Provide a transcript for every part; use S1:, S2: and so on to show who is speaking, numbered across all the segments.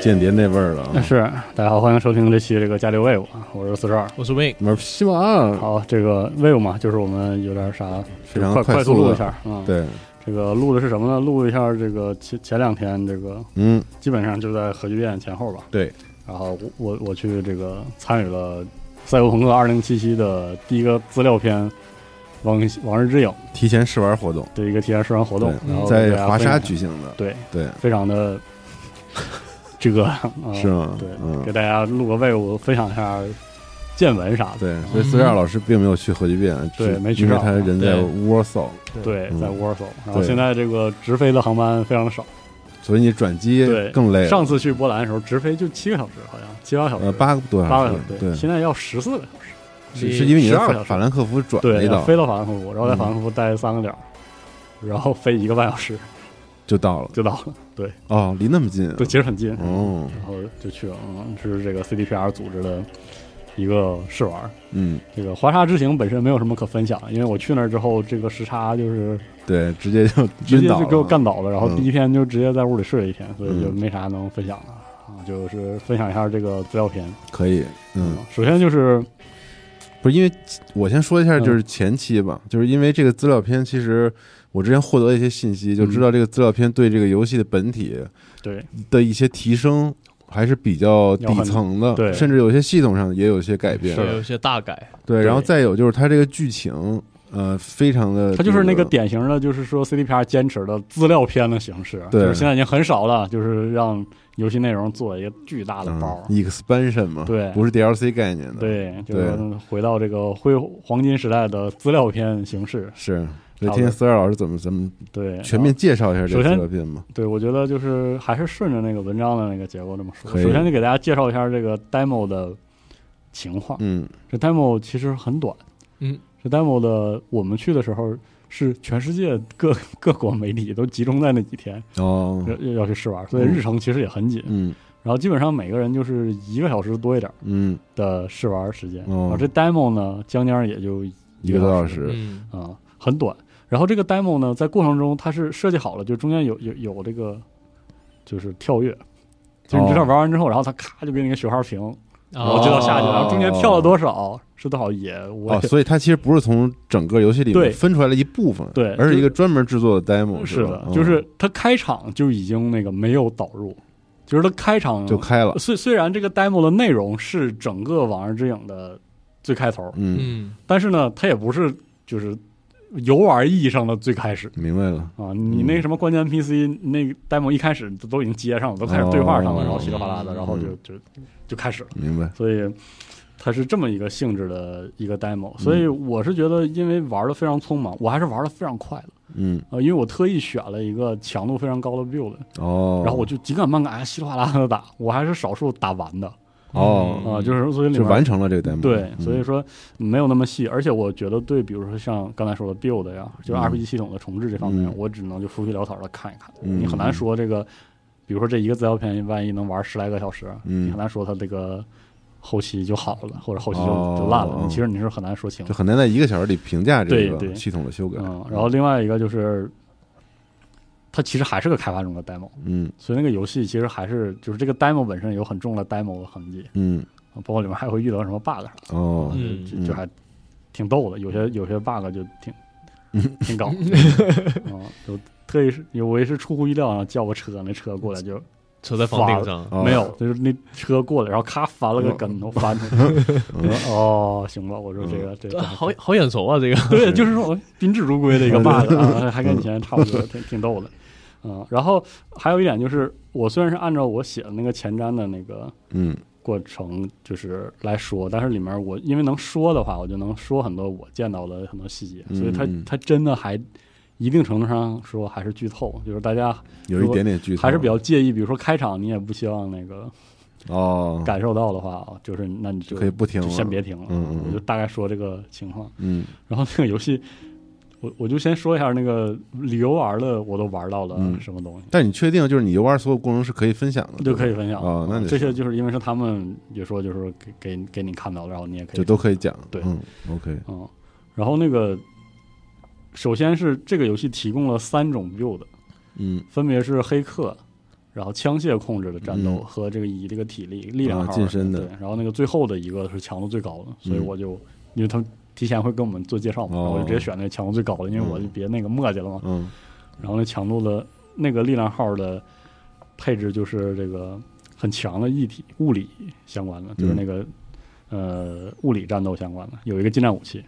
S1: 间谍那味儿了 啊。
S2: 是，大家好，欢迎收听这期这个加六 wave，啊我是四十二。
S3: 我是 Win，
S1: 那西马啊，
S2: 好，这个 wave 嘛，就是我们有点啥，
S1: 非常
S2: 快
S1: 快
S2: 速
S1: 速
S2: 录
S1: 的
S2: 一下啊、嗯。，
S1: 对，
S2: 这个录的是什么呢？录一下这个前前两天这个
S1: 嗯，
S2: 基本上就在核聚变前后吧。
S1: 对，
S2: 然后我我我去这个参与了《赛博朋克2077》的第一个资料片《往往日之影》
S1: 提前试玩活动，
S2: 的一个体验试玩活动
S1: 对，
S2: 然后给大
S1: 在
S2: 家
S1: 华
S2: 分享
S1: 沙
S2: 一下
S1: 举行的，
S2: 对，
S1: 对，
S2: 非常的这个、呃、
S1: 是吗？
S2: 对，给
S1: 嗯，
S2: 大家录个位，我分享一下见闻啥的。
S1: 对，所以四十二老师并没有去核聚变，
S2: 对
S1: 是
S2: 没去
S1: 因为
S2: 上
S1: 他人在
S3: 对
S1: Warsaw，
S2: 对，
S1: 嗯
S2: 在 Warsaw，然后
S1: 对
S2: 现在这个直飞的航班非常的少。
S1: 所以你转机
S2: 对
S1: 更累了，
S2: 上次去波兰的时候，直飞就七个小时，好像七八小时，
S1: 呃八个多小
S2: 八个
S1: 时
S2: 小时，，
S1: 对，
S2: 现在要十四个小时，
S1: 是是因为你在
S2: 12小
S1: 法
S2: 时
S1: 法兰克福转了
S2: 对
S1: 一，道
S2: 飞到法兰克福，然后在
S1: 嗯
S2: 法兰克福待三个点儿，然后飞一个半小时
S1: 就到了，
S2: 就到了，
S1: 哦，离那么近啊，
S2: 对，其实很近，
S1: 哦，
S2: 然后就去了，嗯，这是这个 CDPR 组织的一个试玩儿。
S1: 嗯，
S2: 这个华沙之行本身没有什么可分享，因为我去那儿之后，这个时差就是
S1: 对，直接就
S2: 直接
S1: 晕倒
S2: 就给我
S1: 了
S2: 干倒了，然后
S1: 嗯
S2: 第一天就直接在屋里睡了一天，所以就
S1: 嗯
S2: 没啥能分享的啊，就是分享一下这个资料片。啊
S1: 可以，嗯，，
S2: 首先就是
S1: 不是因为我先说一下，
S2: 嗯
S1: 就是前期吧，就是因为这个资料片，其实我之前获得一些信息，就知道这个资料片对这个游戏的本体
S2: 对
S1: 的一些提升还是比较底层的，
S2: 对
S1: 甚至有些系统上也有一些改变。
S2: 是
S3: 有一些大改，
S1: 对，
S2: 对
S1: 然后再有就是它这个剧情，呃，非常的，
S2: 它就是那个，典型的，就是说 CDPR 坚持的资料片的形式，啊
S1: 对
S2: 就是现在已经很少了，就是让游戏内容做一个巨大的
S1: 嗯
S2: 包。
S1: ，expansion 嘛，
S2: 对
S1: 不是 DLC 概念的，，
S2: 对，就是回到这个辉黄金时代的资料片形式。
S1: 是。对，
S2: 好的
S1: 听听四二老师怎么怎么
S2: 对，
S1: 全面
S2: 然后
S1: 介绍一下这
S2: 首
S1: 个
S2: 先
S1: 资料片嘛？
S2: 对，我觉得就是还是顺着那个文章的那个结构这么说。
S1: 可以
S2: 首先就给大家介绍一下这个 demo 的情况。
S1: 嗯，
S2: 这 demo 其实很短，
S3: 嗯，
S2: 这 demo 的我们去的时候是全世界各各国媒体都集中在那几天
S1: 哦，
S2: 要要去试玩，所以日程其实也很紧。
S1: 嗯
S2: 然后基本上每个人就是一个小时多一点
S1: 嗯，
S2: 的试玩时间，
S1: 哦
S2: 然后这 demo 呢将将也就
S1: 一个多小
S2: 小
S1: 时，
S3: 嗯，
S2: 啊、很短。然后这个 demo 呢，在过程中它是设计好了，就中间有有有这个就是跳跃，就是你知道
S1: 哦
S2: 玩完之后，然后它咔就给你个血号屏，然后
S3: 我
S2: 就
S3: 知
S2: 到
S3: 道
S2: 下去，
S1: 哦
S2: 然后中间跳了多少是多少也我也
S1: 哦，所以它其实不是从整个游戏里面
S2: 对
S1: 分出来了一部分，
S2: 对
S1: 而是一
S2: 就
S1: 个专门制作的 demo，
S2: 是
S1: 吧
S2: 的，
S1: 嗯
S2: 就是它开场就已经那个没有导入，就是它开场
S1: 嗯就开了，
S2: 虽虽然这个 demo 的内容是整个《往日之影》的最开头，
S1: 嗯，
S3: 嗯，
S2: 但是呢，它也不是就是游玩意义上的最开始
S1: 明白了，
S2: 啊。你
S1: 嗯
S2: 那个什么关键 NPC 那个 demo 一开始都都已经接上了，都开始对话上了，
S1: 哦嗯
S2: 然后稀里哗啦的，然后就就就开始了，
S1: 明白，
S2: 所以。它是这么一个性质的一个 demo，所以
S1: 嗯
S2: 我是觉得，因为玩的非常匆忙，我还是玩的非常快的。
S1: 嗯，
S2: 呃，因为我特意选了一个强度非常高的 build，
S1: 哦，
S2: 然后我就紧赶慢赶，稀里哗啦的打，我还是少数打完的
S3: 嗯
S1: 哦
S2: 啊、就是所以里
S1: 就
S2: 面
S1: 完成了这个 demo，
S2: 对，
S1: 嗯
S2: 所以说没有那么细，而且我觉得对，比如说像刚才说的 build 呀，就是
S1: 嗯
S2: RPG 系统的重置这方面，
S1: 嗯
S2: 我只能就浮皮潦草的看一看，
S1: 嗯
S2: 你很难说这个，比如说这一个资料片，万一能玩十来个小时，
S1: 嗯
S2: 你很难说它这个后期就好了，或者后期就、就
S1: 哦
S2: 烂了，
S1: 哦
S2: 你其实你是很难说清
S1: 就。很难在一个小时里评价这
S2: 对
S1: 个
S2: 对
S1: 系统的修改，
S2: 嗯，然后另外一个就是，它其实还是个开发中的 demo，
S1: 嗯
S2: 所以那个游戏其实还是就是这个 demo 本身有很重的 demo 的痕迹，
S1: 嗯，
S2: 啊包括里面还会遇到什么 bug 啥
S1: 哦，
S3: 嗯
S2: 的，就就还挺逗的。有些有些 bug 就挺挺搞，嗯，就特意是有我也是出乎意料，然后叫个车，那车过来就
S3: 车在房顶上，
S1: 哦
S2: 没有，就是那车过来，然后咔翻了个跟头，翻出来，我说哦，行吧，我说这个这
S3: 对
S2: 个
S3: 好好眼熟啊，这个，
S2: 对，就是说我 宾至如归的一个 bug 啊，还跟以前差不多，挺挺逗的。嗯，然后还有一点就是，我虽然是按照我写的那个前瞻的那个
S1: 嗯，
S2: 过程就是来说，但是里面我因为能说的话，我就能说很多我见到的很多细节，
S1: 嗯
S2: 所以它
S1: 嗯
S2: 它真的还一定程度上说还是剧透，就是大家
S1: 有一点点剧透，
S2: 还是比较介意，比如说开场你也不希望那
S1: 嗯
S2: 个
S1: 哦，
S2: 感受到的话啊，就是那你就
S1: 可以不听
S2: 就
S1: 了，
S2: 先别停了，
S1: 嗯嗯
S2: 我就大概说这个情况。
S1: 嗯
S2: 然后那个游戏，我我就先说一下那个旅游玩的，我都玩到了
S1: 嗯
S2: 什么东西，
S1: 但你确定就是你游玩所有过程是可以分享的，
S2: 就
S1: 对吧
S2: 可以分享。
S1: 哦那就
S2: 这些
S1: 行
S2: 就是因为是他们也说，就是给给给你看到，然后你也可以
S1: 就都可以讲，
S2: 对
S1: 嗯，OK，
S2: 嗯。然后那个，首先是这个游戏提供了三种 build，
S1: 嗯
S2: 分别是黑客、然后枪械控制的战斗
S1: 嗯
S2: 和这个以这个体力、力量
S1: 啊
S2: 号
S1: 近身的
S2: 对，然后那个最后的一个是强度最高的，所以
S1: 嗯
S2: 我就因为他们提前会跟我们做介绍嘛，
S1: 哦
S2: 然后我就直接选那个强度最高的，因为我就别那个磨叽了嘛。
S1: 嗯
S2: 然后那强度的那个力量号的配置就是这个很强的一体物理相关的，
S1: 嗯
S2: 就是那个、呃物理战斗相关的，有一个近战武器，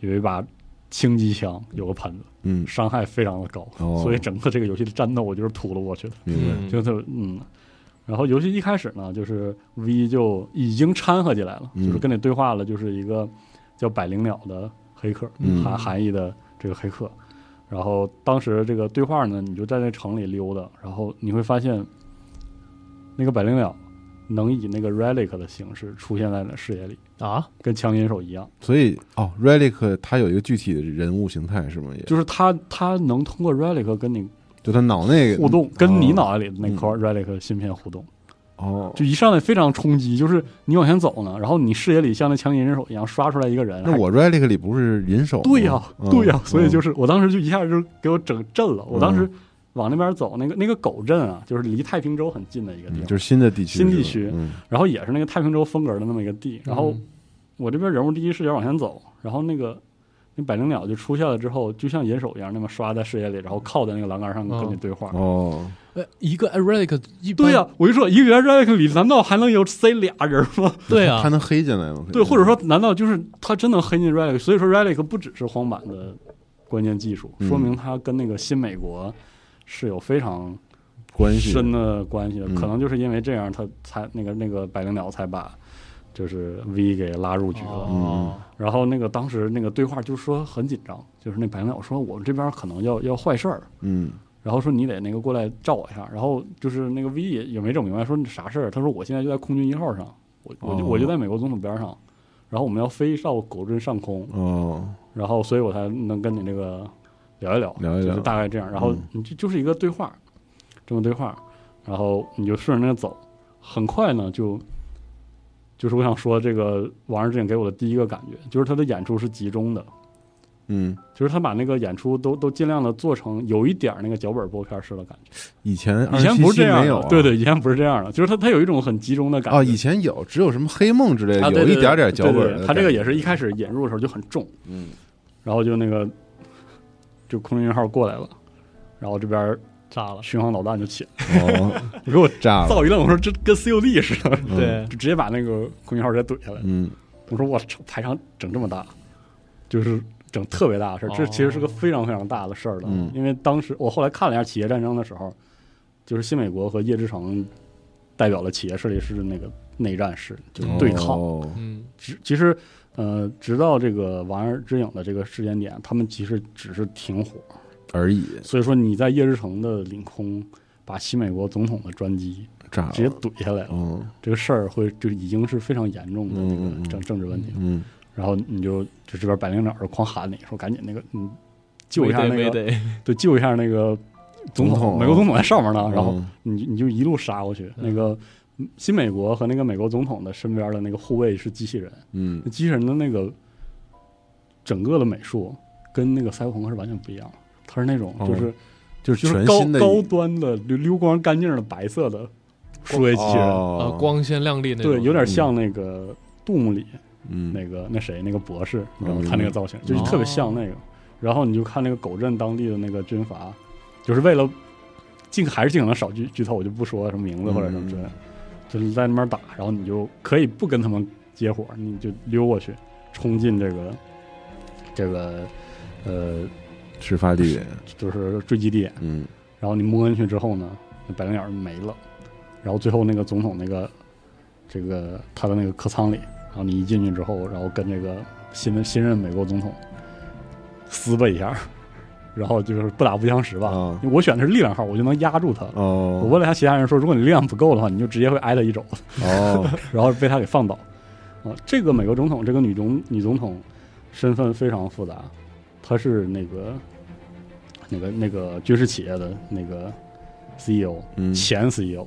S2: 有一把轻机枪，有个喷子，
S1: 嗯，
S2: 伤害非常的高，
S1: 哦
S2: 所以整个这个游戏的战斗我就是扑了过去了，
S1: 明白，
S2: 就特嗯。然后游戏一开始呢，就是 V 就已经掺和进来了，
S1: 嗯
S2: 就是跟你对话了，就是一个叫百灵鸟的黑客，
S1: 嗯
S2: 韩韩裔的这个黑客。然后当时这个对话呢，你就在那城里溜达，然后你会发现，那个百灵鸟能以那个 relic 的形式出现在你的视野里，
S3: 啊，
S2: 跟枪银手一样，
S1: 所以哦，relic 它有一个具体的人物形态是吗？也
S2: 就是它它能通过 relic 跟你
S1: 就他脑内
S2: 互动，跟你脑袋里的那
S1: 嗯
S2: 块 relic 芯片互动。
S1: 哦，
S2: 就一上来非常冲击，就是你往前走呢，然后你视野里像那强银手一样刷出来一个人，
S1: 那
S2: 还
S1: 我 relic 里不是银手吗？
S2: 对呀、
S1: 嗯嗯
S2: 对呀、所以就是是我当时就一下就给我整震了，我当时往那边走，那个那个狗镇啊，就是离太平州很近的一个地方，
S1: 嗯就是新的地区是吧，
S2: 新地区
S1: 嗯
S2: 然后也是那个太平州风格的那么一个地，然后
S3: 嗯
S2: 我这边人物第一视角往前走，然后那个那百灵鸟就出现了之后，就像银手一样那么刷在视野里，然后靠在那个栏杆上跟你
S3: 嗯
S2: 对话。
S1: 哦，
S3: 呃一个 Eric 一般
S2: 对呀、我就说一个原 r e c 里难道还能有塞俩人吗？
S3: 对
S1: 他
S3: 啊，
S1: 能黑进来吗？
S2: 对，或者说，难道就是它真能黑进 Relic？所以说 Relic 不只是荒坂的关键技术，
S1: 嗯
S2: 说明它跟那个新美国是有非常
S1: 关系
S2: 深的关系的。
S1: 嗯
S2: 可能就是因为这样，它才那个那个百灵鸟才把就是 V 给拉入局了。
S3: 哦，
S2: 然后那个当时那个对话就说很紧张，就是那百灵鸟说我们这边可能要要坏事儿。
S1: 嗯
S2: 然后说你得那个过来照我一下，然后就是那个 V 也也没整明白，说你啥事儿？他说我现在就在空军一号上，我我就
S1: 哦
S2: 我就在美国总统边上，然后我们要飞到狗镇上空，
S1: 哦，
S2: 然后所以我才能跟你这个聊一聊，
S1: 聊一聊
S2: 就是大概这样。然后
S1: 嗯
S2: 你就就是一个对话，这么对话，然后你就顺着那个走，很快呢就就是我想说这个王志景给我的第一个感觉，就是他的演出是集中的，
S1: 嗯，
S2: 就是他把那个演出都都尽量的做成有一点儿那个脚本播片式的感觉。
S1: 以前
S2: 以前不是这
S1: 27
S2: 样
S1: 没有
S2: 的，
S1: 啊，
S2: 对对，以前不是这样的，就是它它有一种很集中的感觉。
S1: 哦，以前有，只有什么黑梦之类
S2: 啊
S1: 的，
S2: 对
S1: 有
S2: 对
S1: 一
S2: 对
S1: 点点脚
S2: 对
S1: 本
S2: 对对
S1: 的感觉。
S2: 它这个也是一开始引入的时候就很重，
S1: 嗯
S2: 然后就那个就空军号过来了，然后这边
S3: 炸了，
S2: 巡航导弹就起来，
S1: 哦，
S2: 给我
S1: 炸了，
S2: 造一愣，我说这跟 COD 似的，
S1: 嗯
S3: 对，
S2: 就直接把那个空军号直接怼下来。
S1: 嗯
S2: 我说我操，排场整这么大，就是整特别大的事儿，这
S3: 哦
S2: 其实是个非常非常大的事儿了。
S1: 嗯
S2: 因为当时我后来看了一下企业战争的时候，就是新美国和叶之城代表了企业势力是那个内战势，就是对抗。
S1: 哦
S3: 嗯
S2: 直其实呃，直到这个《玩儿之影》的这个时间点，他们其实只是停火。
S1: 而已，
S2: 所以说你在叶之城的领空把新美国总统的专机
S1: 炸了，
S2: 直接怼下来了，
S1: 嗯
S2: 这个事儿会就已经是非常严重的
S1: 嗯
S2: 这
S1: 嗯嗯
S2: 个政政治问题了。
S1: 嗯，
S2: 然后你就就这边百灵鸟就狂喊你说赶紧那个嗯救一下
S3: 没
S2: 那
S3: 得
S2: 个
S3: 没得
S2: 对救一下那个总
S1: 总统啊
S2: 美国总统在上面呢，
S1: 嗯
S2: 然后你就你就一路杀过去，
S3: 嗯
S2: 那个嗯新美国和那个美国总统的身边的那个护卫是机器人，
S1: 嗯
S2: 那机器人的那个整个的美术跟那个赛博朋克是完全不一样的，它是那种
S1: 哦
S2: 就是、
S1: 就是
S2: 就是
S1: 全
S2: 高
S1: 新的
S2: 高端的溜溜光干净的白色的数位机器人，
S3: 啊，
S1: 哦，
S3: 光鲜亮丽那种，
S2: 对，有点像那个杜牧里
S1: 嗯
S2: 那个那谁那个博士，你知道吗
S1: 嗯？
S2: 他那个造型
S1: 嗯
S2: 就是特别像那个。然后你就看那个狗镇当地的那个军阀，就是为了尽还是尽可能少剧剧透，我就不说什么名字或者什么
S1: 嗯
S2: 之类的，就是在那边打，然后你就可以不跟他们接火，你就溜过去，冲进这个这个呃
S1: 事发地点，
S2: 就是追击地点，
S1: 嗯
S2: 然后你摸进去之后呢，那百灵鸟就没了，然后最后那个总统那个这个他的那个客舱里，然后你一进去之后，然后跟这个新的新任美国总统撕吧一下， 然后就是不打不相识吧。
S1: 啊
S2: 因为我选的是力量号，我就能压住他。
S1: 哦，
S2: 我问了一下其他人说，如果你力量不够的话，你就直接会挨他一肘，
S1: 哦，
S2: 然后被他给放倒。啊，这个美国总统，这个女总女总统身份非常复杂，她是那个那个那个军事企业的那个 CEO，
S1: 嗯，
S2: 前 CEO，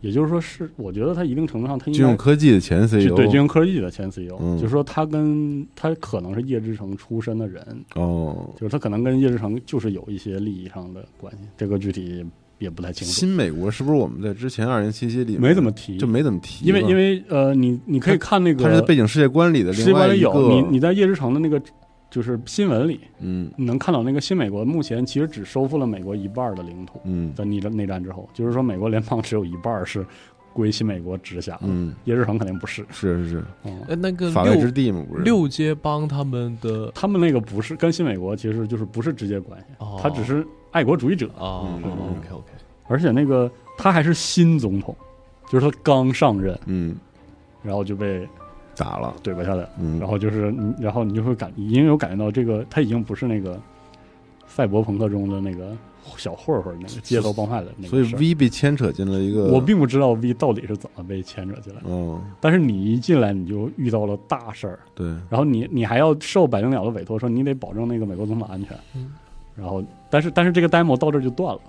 S2: 也就是说是，我觉得他一定程度上他
S1: 金
S2: 应
S1: 融
S2: 该
S1: 科技的前 E
S2: 是
S1: CEO，
S2: 对金融科技的前 CEO，、
S1: 嗯
S2: 就是说他跟他可能是叶之城出身的人，
S1: 哦，
S2: 就是他可能跟叶之城就是有一些利益上的关系，这个具体也不太清楚，
S1: 新美国是不是我们在之前二零七七里面
S2: 没怎么提
S1: 就，没怎么提吧？
S2: 因为因为呃，你你可以看那个
S1: 它是背景世界观里的
S2: 世
S1: 另
S2: 界观
S1: 外
S2: 里
S1: 一
S2: 有
S1: 个，
S2: 你你在夜之城的那个就是新闻里，
S1: 嗯
S2: 你能看到那个新美国目前其实只收复了美国一半儿的领土，
S1: 嗯
S2: 在内战内战之后，就是说美国联邦只有一半儿是归新美国直辖的，
S1: 嗯，
S2: 夜之城肯定不是，
S1: 是是
S2: 嗯，
S3: 呃，那个
S1: 是，法外之
S3: 六
S1: 地嘛，不是？
S3: 六街帮他们的，
S2: 他们那个不是跟新美国其实就是不是直接关系，
S3: 哦
S2: 他只是爱国主义者，
S3: 啊
S1: 嗯
S3: ，OK OK，
S2: 而且那个他还是新总统，就是他刚上任，
S1: 嗯，
S2: 然后就被
S1: 打了，
S2: 怼巴下来了。
S1: 嗯，
S2: 然后就是你，然后你就会感，已经有感觉到这个，他已经不是那个赛博朋克中的那个小混混儿，那个街头帮派的那
S1: 所
S2: 个
S1: 以
S2: 事儿。
S1: V 被牵扯进了一个，
S2: 我并不知道 V 到底是怎么被牵扯进来的，
S1: 嗯，
S2: 但是你一进来你就遇到了大事儿，
S1: 对，
S2: 然后你你还要受百灵鸟的委托，说你得保证那个美国总统的安全。
S3: 嗯
S2: 然后，但是但是这个 demo 到这儿就断了，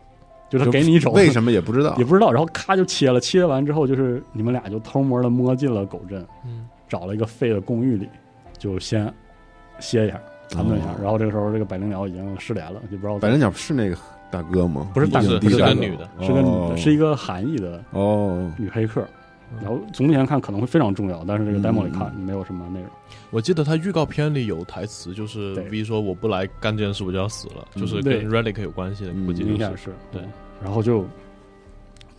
S2: 就是他给你一种
S1: 为什么也不知道
S2: 也，不知道，然后咔就切了，切完之后就是你们俩就偷摸的摸进了狗镇，
S3: 嗯，
S2: 找了一个废的公寓里，就先歇一下，安顿一下。
S1: 哦
S2: 然后这个时候，这个百灵鸟已经失联了，就不知道
S1: 百灵哦鸟是那个大哥吗？
S2: 不是大
S3: 不
S2: 哥
S3: 是
S1: 影帝
S3: 是
S1: 大
S3: 个
S1: 哥
S3: 女的，
S2: 是个女
S1: 哦
S2: 的，是一个韩裔的
S1: 哦，
S2: 女黑客。
S3: 嗯
S2: 然后从目前看可能会非常重要，但是这个
S1: 嗯
S2: demo 里看没有什么内容。
S3: 我记得他预告片里有台词，就是
S2: 对
S3: V 说我不来干这件事我就要死了，
S1: 嗯
S3: 就是
S2: 对
S3: 跟 Relic 有关系的，
S1: 嗯
S3: 估计
S2: 应
S3: 就
S2: 该
S3: 是
S2: 是
S3: 对，
S2: 然后就，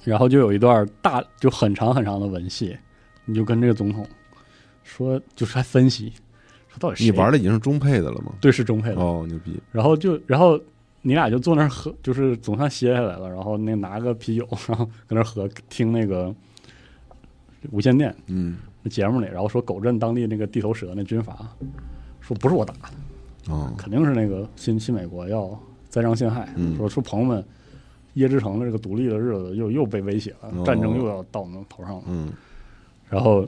S2: 然后就有一段大就很长很长的文戏，你就跟这个总统说，就是还分析说到底谁
S1: 你玩的已经是中配的了吗？
S2: 对是中配的，
S1: 哦，牛逼，
S2: 然后就然后你俩就坐那儿喝，就是总算歇下来了，然后那拿个啤酒，然后搁那儿喝，听那个无线电
S1: 嗯，
S2: 那节目里，然后说狗镇当地那个地头蛇那军阀，说不是我打的，
S1: 哦，
S2: 肯定是那个新新美国要栽赃陷害，
S1: 嗯
S2: 说说朋友们。椰之城的这个独立的日子又又被威胁了
S1: 哦，
S2: 战争又要到我们头上了。
S1: 嗯
S2: 然后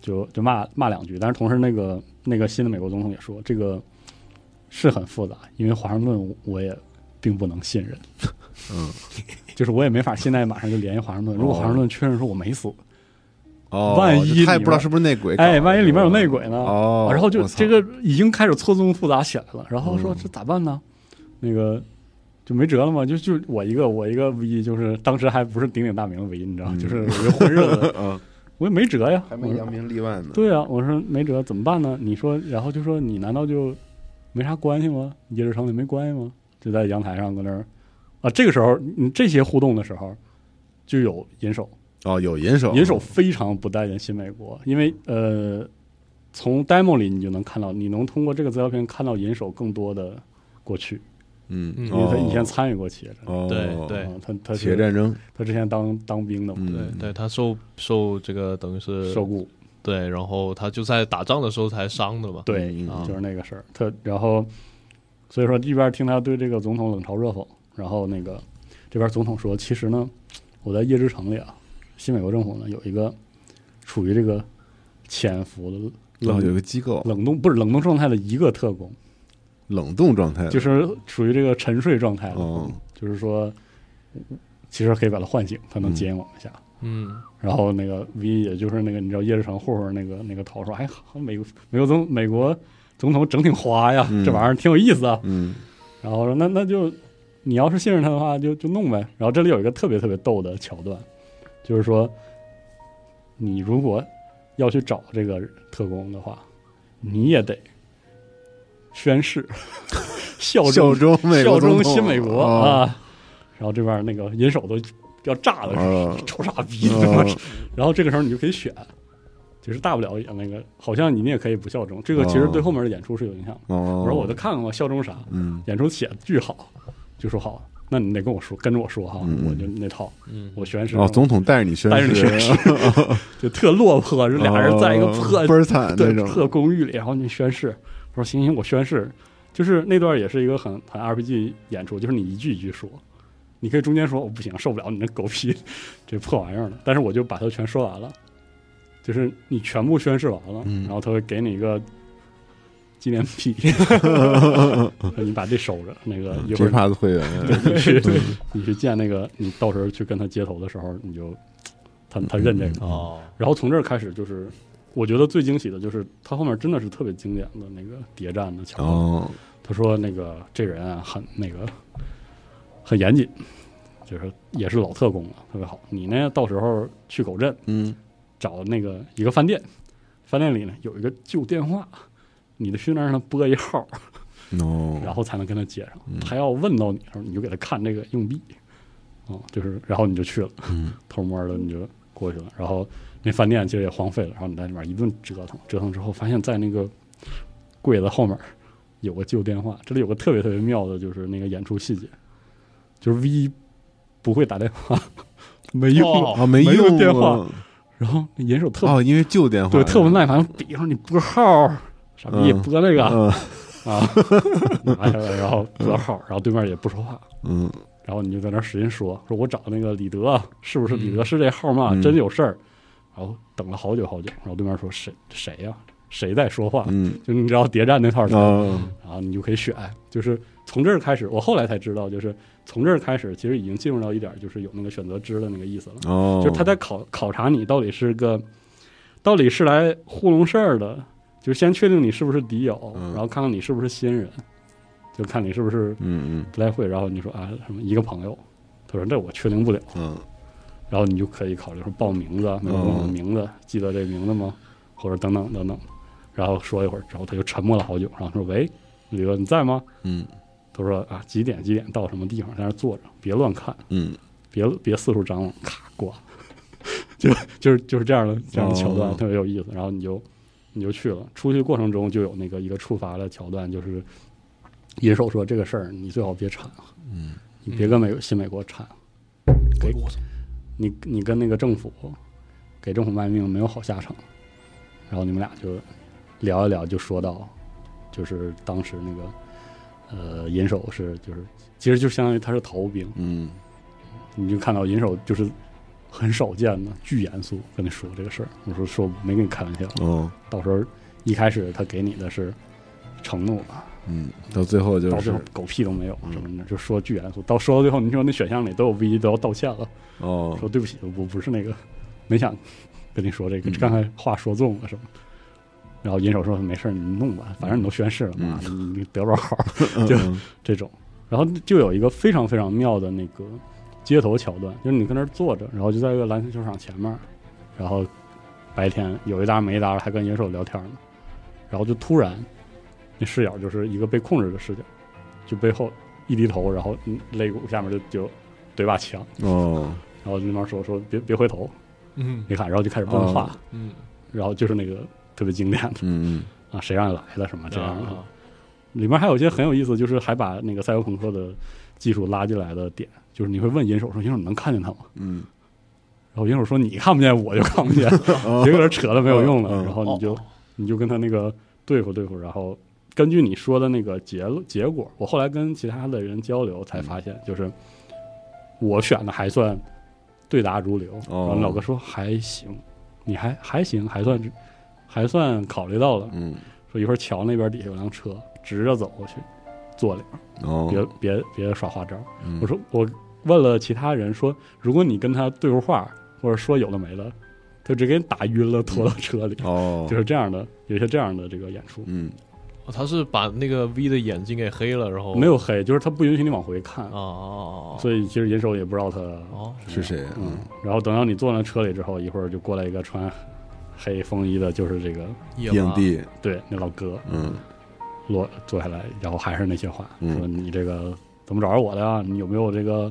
S2: 就就骂骂两句，但是同时那个那个新的美国总统也说，这个是很复杂，因为华盛顿我也并不能信任，
S1: 嗯，
S2: 就是我也没法现在马上就联系华盛顿。如果华盛顿确认说我没死，
S1: 哦，
S2: 万一
S1: 就他也
S2: 里
S1: 不知道
S2: 面
S1: 是不是内鬼搞的，
S2: 哎，万一里面有内
S1: 是吧
S2: 鬼呢？啊
S1: 哦，
S2: 然后就
S1: 我操
S2: 这个已经开始错综复杂起来了。然后说
S1: 嗯
S2: 这咋办呢？那个就没辙了嘛，就就我一个我一个 V，就是当时还不是鼎鼎大名的 V，你知道，
S1: 嗯，
S2: 就是我就混日子
S1: 嗯，
S2: 我也没辙呀，
S1: 还没
S2: 我
S1: 扬名立万呢，
S2: 对啊，我说没辙，怎么办呢？你说，然后就说你难道就没啥关系吗？你叶志成里没关系吗？就在阳台上搁那儿啊。这个时候，你这些互动的时候，就有银手，
S1: 哦，有银手，
S2: 银手非常不待见新美国，因为呃，从 demo 里你就能看到，你能通过这个资料片看到银手更多的过去，
S1: 嗯，
S3: 嗯
S2: 因为他以前
S1: 哦
S2: 参与过企业战争，
S1: 哦，
S3: 对对
S2: 嗯他他
S1: 企业
S2: 是
S1: 战争，
S2: 他之前当当兵的嘛
S1: 嗯
S3: 对对，他受受这个等于是
S2: 受雇，
S3: 对，然后他就在打仗的时候才伤的嘛，
S2: 对，
S1: 嗯
S3: 啊
S2: 就是那个事儿。他然后，所以说一边听他对这个总统冷嘲热讽，然后那个这边总统说，其实呢，我在夜之城里啊，新美国政府呢有一个处于这个潜伏的
S1: 然哦后有一
S2: 冷
S1: 个机构
S2: 冷冻不是冷冻状态的一个特工，
S1: 冷冻状态的，
S2: 就是处于这个沉睡状态的，嗯
S1: 哦，
S2: 就是说，其实可以把他唤醒，他能接应我们一下。
S3: 嗯，
S2: 然后那个 V 也就是那个你知道叶志成混混那个那个头说，哎，好美国美国总美国总统整挺花呀，
S1: 嗯
S2: 这玩意儿挺有意思啊。
S1: 嗯
S2: 然后说那那就你要是信任他的话，就就弄呗。然后这里有一个特别特别逗的桥段，就是说你如果要去找这个特工的话，你也得宣誓 效
S1: 效
S2: 忠
S1: 忠美国总
S2: 效忠
S1: 统
S2: 新美国
S1: 哦
S2: 啊。然后这边那个银手都要炸了，
S1: 啊
S2: 臭傻逼！
S1: 哦
S2: 然后这个时候你就可以选，就是大不了演那个，好像你也可以不效忠。这个其实对后面的演出是有影响的。
S1: 哦，
S2: 我说我就看看吧，效忠啥？
S1: 嗯
S2: 演出写得巨好，就说好，那你得跟我说，跟着我说哈，
S1: 嗯
S2: 我就那套，
S3: 嗯，
S2: 我宣誓，
S1: 哦，总统带着你宣
S2: 带着你宣
S1: 誓，
S2: 誓， 就特落魄，这俩人在一个破、
S1: 哦倍儿惨那
S2: 对
S1: 种，
S2: 破公寓里，然后你宣誓，我说行行，我宣誓，就是那段也是一个很很 RPG 演出，就是你一句一句说。你可以中间说我哦不行，受不了你那狗屁 这破玩意儿了，但是我就把它全说完了，就是你全部宣誓完了，
S1: 嗯
S2: 然后他会给你一个纪念 币，你把这收着，那个一会
S1: J
S2: 儿你
S1: Pass 会员，
S2: 你去你去见那个，你到时候去跟他接头的时候，你就他他认这个。
S3: 哦，
S2: 然后从这儿开始，就是我觉得最惊喜的就是他后面真的是特别经典的那个谍战的桥段。
S1: 哦，
S2: 他说那个这人啊，很那个很严谨，就是也是老特工了，特别好。你呢，到时候去狗镇
S1: 嗯
S2: 找那个一个饭店，饭店里呢有一个旧电话，你得去那儿让他拨一号，然
S1: 哦，
S2: 后才能跟他接上
S1: 嗯。
S2: 他要问到你的时候，你就给他看这个硬币，哦，就是，然后你就去了，
S1: 嗯
S2: 偷摸的你就过去了。然后那饭店其实也荒废了，然后你在里面一顿折腾，折腾之后发现，在那个柜子后面有个旧电话。这里有个特别特别妙的，就是那个演出细节，就是 V 不会打电话，没用。
S3: 哦
S1: 啊，没
S2: 没
S1: 用
S2: 用电
S1: 过
S2: 话然后那人手特别
S1: 哦，因为旧电话
S2: 对，特不耐烦，比上你拨号儿，傻逼
S1: 嗯
S2: 拨那个啊，
S1: 嗯
S2: 拿下来，然后拨号儿，然后对面也不说话，
S1: 嗯
S2: 然后你就在那儿使劲说，说我找那个李德，啊是不是李
S3: 嗯
S2: 德是这号吗？
S1: 嗯
S2: 真有事儿。然后等了好久好久，然后对面说谁谁呀、谁在说话？
S1: 嗯
S2: 就你知道谍战那套儿，
S1: 哦
S2: 然后你就可以选，就是从这儿开始。我后来才知道，就是从这儿开始，其实已经进入到一点儿就是有那个选择之的那个意思了。
S1: 哦，
S2: 就是他在考考察你到底是个，到底是来糊弄事儿的，就是先确定你是不是敌友，
S1: 嗯
S2: 然后看看你是不是新人，就看你是不是
S1: 嗯
S2: 不太会。然后你说啊什么一个朋友，他说这我确定不了，
S1: 嗯嗯
S2: 然后你就可以考虑说报名字啊，没有
S1: 哦
S2: 报名字，记得这名字吗？或者等等等等，然后说一会儿之后他就沉默了好久，然后说喂，李哥你在吗？
S1: 嗯
S2: 他说啊几点几点到什么地方，在那儿坐着，别乱看。
S1: 嗯
S2: 别别四处张望，咔挂， 就就是就是这样的这样的桥段、
S1: 哦
S2: 特别有意思。然后你就你就去了，出去过程中就有那个一个触发的桥段，就是银手说这个事儿你最好别掺和，
S1: 嗯，
S2: 你别跟美新美国掺和，给你你跟那个政府给政府卖命没有好下场。然后你们俩就聊一聊，就说到就是当时那个呃银手是就是其实就相当于他是逃兵。
S1: 嗯
S2: 你就看到银手就是很少见的，巨严肃跟你说这个事儿。我说说没跟你开玩笑，
S1: 哦
S2: 到时候一开始他给你的是承诺吧，
S1: 嗯，到最后就
S2: 到最
S1: 是嗯
S2: 后狗屁都没有什么的，就说巨严肃。到说到最后，你说那选项里都有 V 都要道歉了，
S1: 哦
S2: 说对不起，我不是那个，没想跟你说这个，
S1: 嗯
S2: 刚才话说重了什么。然后银手说没事儿，你弄吧，反正你都宣誓了嘛，你你得不着好。
S1: 嗯
S2: 就
S1: 嗯
S2: 这种。然后就有一个非常非常妙的那个街头桥段，就是你跟那儿坐着，然后就在一个篮球球场前面儿，然后白天有一搭没一搭的还跟野手聊天呢，然后就突然那视角就是一个被控制的视角，就背后一低头，然后嗯肋骨下面就就怼把枪，
S1: 哦
S2: 然后那边说说别别回头，
S3: 嗯
S2: 你看，然后就开始问话，
S3: 嗯
S2: 然后就是那个特别经典的
S1: 嗯
S2: 啊，谁让你来的什么这样的。
S3: 啊
S2: 里面还有一些很有意思，就是还把那个赛博朋克的技术拉进来的点，就是你会问银手说：“银手你能看见他吗
S1: 嗯？”
S2: 然后银手说：“你看不见，我就看不 见。”别搁这扯了没有用了。
S1: 哦嗯
S2: 然后你就
S3: 哦
S2: 你就跟他那个对付对付，然后根据你说的那个结论结果，我后来跟其他的人交流才发现，就是我选的还算对答如流。然
S1: 哦
S2: 后老哥说：“还行，你还还行，还算还算考虑到了。
S1: 嗯”
S2: 说一会儿桥那边底下有辆车，直着走过去，坐里。
S1: 哦
S2: 别别别耍花招儿。
S1: 嗯
S2: 我说我问了其他人说，如果你跟他对过话，或者说有的没的，他就直接给你打晕了，拖到车里，
S1: 哦
S2: 就是这样的，有一些这样的这个演出，
S1: 嗯
S3: 哦他是把那个 V 的眼睛给黑了，
S1: 哦
S3: 然后
S2: 没有黑，就是他不允许你往回看
S3: 哦，哦哦
S2: 所以其实银手也不知道他
S3: 哦
S1: 是谁啊
S2: 嗯，然后等到你坐那车里之后，一会儿就过来一个穿黑风衣的，就是这个
S3: 影
S1: 影帝
S2: 对那老哥
S1: 嗯
S2: 落坐下来，然后还是那些话，
S1: 嗯
S2: 说你这个怎么找着我的呀？你有没有这个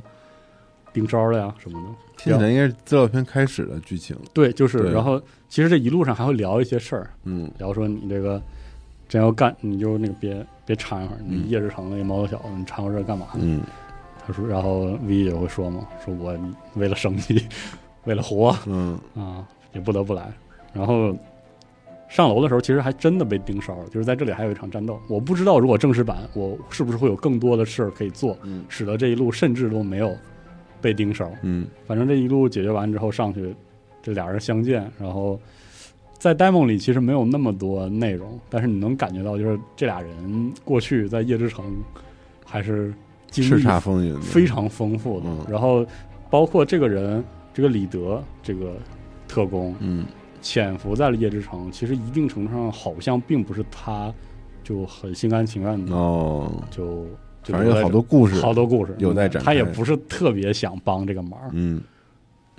S2: 盯梢的呀什么的？
S1: 听起来应该是资料片开始的剧情
S2: 对，就是，
S1: 对
S2: 然后其实这一路上还会聊一些事儿，
S1: 嗯
S2: 聊说你这个真要干，你就那个别别掺和，你
S1: 嗯
S2: 夜之城那毛头小子，你掺和这干嘛？
S1: 嗯
S2: 他说，然后 V 也会说嘛，说我为了生计， 为了活
S1: 嗯
S2: 啊，也不得不来。然后上楼的时候，其实还真的被盯梢了，就是在这里还有一场战斗。我不知道如果正式版，我是不是会有更多的事儿可以做，
S1: 嗯
S2: 使得这一路甚至都没有被盯梢。
S1: 嗯
S2: 反正这一路解决完之后上去，这俩人相见，然后在 demo 里其实没有那么多内容，但是你能感觉到，就是这俩人过去在夜之城还是经
S1: 叱
S2: 历
S1: 咤风云的
S2: 非常丰富的。
S1: 嗯
S2: 然后包括这个人，这个李德这个特工
S1: 嗯
S2: 潜伏在了夜之城，其实一定程度上好像并不是他就很心甘情愿的
S1: 哦
S2: 就
S1: 嗯
S2: 就
S1: 反正有好多
S2: 留
S1: 故
S2: 在
S1: 事
S2: 这，好多故事嗯
S1: 有待展开
S2: 他也不是特别想帮这个忙，
S1: 嗯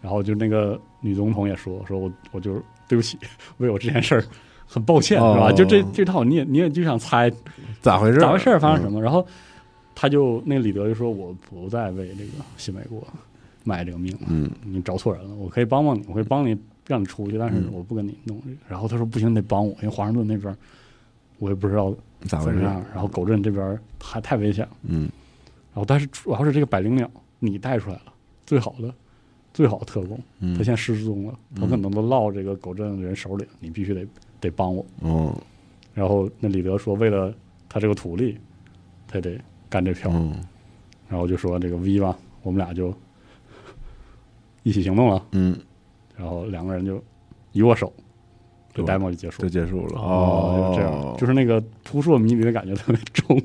S2: 然后就那个女总统也说，说我我就是对不起， 为我这件事儿很抱歉，
S1: 哦
S2: 是吧？就这这套你也你也就想猜
S1: 咋回事？
S2: 咋回事儿，发生什
S1: 么？
S2: 么？然后他就那个李德就说，我不再为这个新美国卖这个命了，
S1: 嗯，
S2: 你找错人了，我可以帮帮你，我会帮你让你出去，但是
S1: 嗯
S2: 我不跟你弄这个。然后他说不行，你得帮我，因为华盛顿那边儿我也不知道
S1: 嗯咋
S2: 怎
S1: 回
S2: 么
S1: 事？
S2: 样，然后狗镇这边儿还太危险了。
S1: 嗯
S2: 然后但是主要是这个百灵鸟你带出来了，最好的最好的特工，
S1: 嗯，
S2: 他现在失踪了，他可能都落这个狗镇人手里了，你必须得得帮我。
S1: 哦
S2: 然后那李德说，为了他这个土地，他得干这票。
S1: 嗯
S2: 然后就说这个 V 吧，我们俩就一起行动了。
S1: 嗯，
S2: 然后两个人就一握手，这
S1: 对
S2: demo 就结束
S1: 就
S2: 了。
S1: 结束了
S2: 哦，
S1: 哦，
S2: 就是这样，就是那个扑朔迷离的感觉特别重，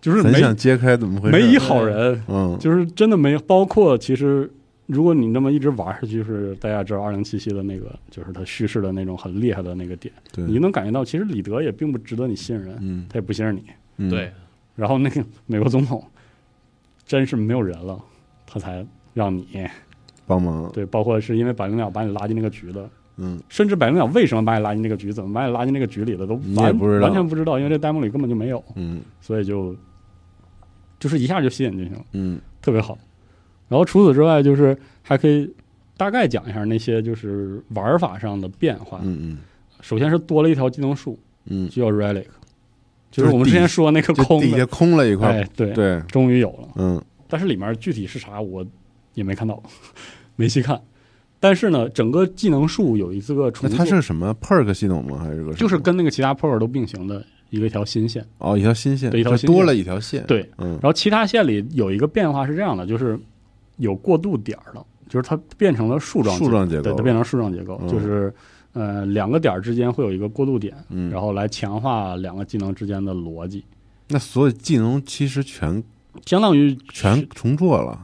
S2: 就是
S1: 很
S2: 没
S1: 想揭开怎么回事，
S2: 没一好人，
S1: 嗯，
S2: 就是真的没有。包括其实，如果你那么一直玩下去，就是大家知道二零七七的那个，就是它叙事的那种很厉害的那个点，
S1: 对，
S2: 你就能感觉到，其实李德也并不值得你信任，
S1: 嗯
S2: 他也不信任你。
S1: 嗯
S3: 对，
S2: 然后那个美国总统真是没有人了，他才让你
S1: 帮忙，
S2: 对，包括是因为百灵鸟把你拉进那个局的，
S1: 嗯
S2: 甚至百灵鸟为什么把你拉进那个局，怎么把你拉进那个局里的都
S1: 你也
S2: 完
S1: 不知道
S2: 完全不知道，因为这弹幕里根本就没有，
S1: 嗯
S2: 所以就就是一下就吸引进去了。
S1: 嗯
S2: 特别好。然后除此之外，就是还可以大概讲一下那些就是玩法上的变化。
S1: 嗯
S2: 首先是多了一条技能树，
S1: 嗯嗯，
S2: 就叫 relic，
S1: 就是
S2: 就是我们之前
S1: 地
S2: 说那个
S1: 就
S2: 空
S1: 底下
S2: 的，
S1: 空了一块，
S2: 哎，对，
S1: 对，
S2: 终于有了。
S1: 嗯
S2: 但是里面具体是啥我也没看到， 没细看。但是呢，整个技能树有一个重
S1: 那
S2: 复，
S1: 它是什么 perk 系统吗？还是个什么
S2: 就是跟那个其他 p o w e r 都并行的一个一条新线。
S1: 哦一条新线，
S2: 对一条
S1: 就
S2: 新线
S1: 多了一条线，
S2: 对，
S1: 嗯
S2: 然后其他线里有一个变化是这样的，就是有过渡点儿了，就是它变成了树状
S1: 树状结
S2: 对，
S1: 构
S2: 它变成树状结构，
S1: 嗯
S2: 就是呃两个点儿之间会有一个过渡点，
S1: 嗯，
S2: 然后来强化两个技能之间的逻辑，
S1: 那所有技能其实全
S2: 相当于
S1: 全。重做了，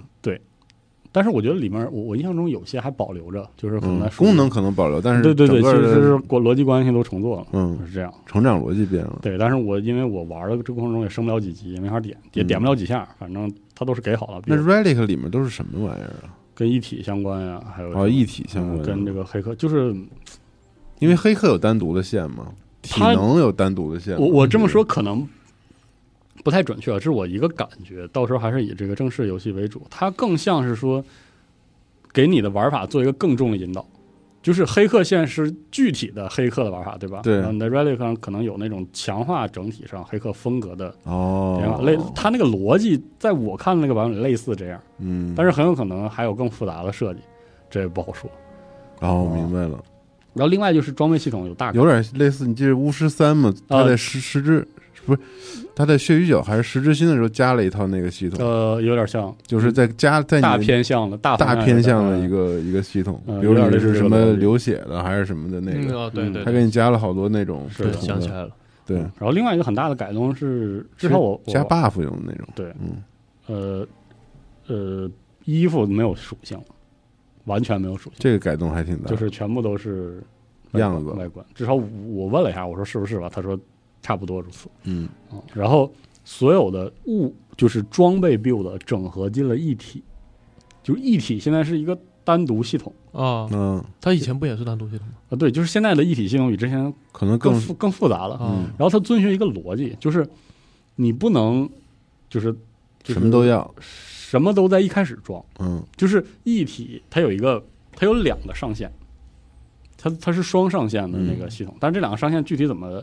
S2: 但是我觉得里面我我印象中有些还保留着，就是可能
S1: 嗯
S2: 在，树
S1: 功
S2: 上
S1: 能可能保留，但是
S2: 对对对，
S1: 整
S2: 其
S1: 个
S2: 实
S1: 的
S2: 是过逻辑关系都重做了，
S1: 嗯，
S2: 是这样。
S1: 成长逻辑变了，
S2: 对，但是我因为我玩的这过程中也升不了几级，也没法点，也点不了几下，反正它都是给好了，比
S1: 嗯那
S2: 如
S1: relic 里面都是什么玩意儿啊？
S2: 跟一体相关呀、还有什
S1: 哦，
S2: 么
S1: 一体相关
S2: 嗯
S1: 的，
S2: 跟这个黑客就是
S1: 因为黑客有单独的线嘛，体
S2: 它
S1: 能有单独的线嘛。嗯
S2: 我我这么说可能不太准确，啊这是我一个感觉。到时候还是以这个正式游戏为主，它更像是说给你的玩法做一个更重的引导。就是黑客线是具体的黑客的玩法，对吧？
S1: 对
S2: 然后你在 Relic 上可能有那种强化整体上黑客风格的变化，
S1: 哦，
S2: 类它那个逻辑，在我看的那个版本类似这样，
S1: 嗯，
S2: 但是很有可能还有更复杂的设计，这也不好说。
S1: 哦，明白了，
S2: 然后另外就是装备系统有大改
S1: 有点类似，你记得巫师三嘛？
S2: 啊
S1: 他在十十之不是他在血与酒还是十之心的时候加了一套那个系统，
S2: 呃，有点像
S1: 就是在加在
S2: 大
S1: 你的
S2: 偏啊向的大
S1: 大偏向的一
S2: 个。
S1: 个一个系统，
S2: 嗯
S1: 比如
S2: 有点
S1: 你
S2: 类似
S1: 是
S2: 这
S1: 什
S2: 个
S1: 么
S2: 东西
S1: 流血的还是什么的那
S3: 嗯
S1: 个，
S3: 啊，对
S2: 嗯
S3: 对，
S1: 他
S3: 对
S1: 给你加了好多那种
S2: 是
S1: 不
S3: 对
S2: 的
S1: 同
S3: 想起
S1: 的，
S3: 来了，
S1: 对，
S2: 然后另外一个很大的改动是，至少嗯我
S1: 嗯加
S2: 八
S1: buff 用的那种，
S2: 对
S1: 嗯，
S2: 呃呃衣服没有属性了，完全没有属性，
S1: 这个改动还挺大，
S2: 就是全部都是外观
S1: 样子，
S2: 外观。至少我我问了一下，我说是不是吧？他说差不多如此。
S1: 嗯
S2: 嗯，然后所有的物就是装备 build 整合进了一体，就是一体现在是一个单独系统
S3: 啊，
S1: 嗯，
S3: 他以前不也是单独系统吗？
S2: 啊，对，就是现在的一体系统比之前
S1: 可能
S2: 更
S1: 更嗯
S2: 复更复杂了。
S3: 啊，
S2: 然后它遵循一个逻辑，就是你不能就是。就是
S1: 什么都要，
S2: 什么都在一开始装，
S1: 嗯
S2: 就是一体它有一个它有两个上限，它它是双上限的那
S1: 嗯
S2: 个系统，但是这两个上限具体怎么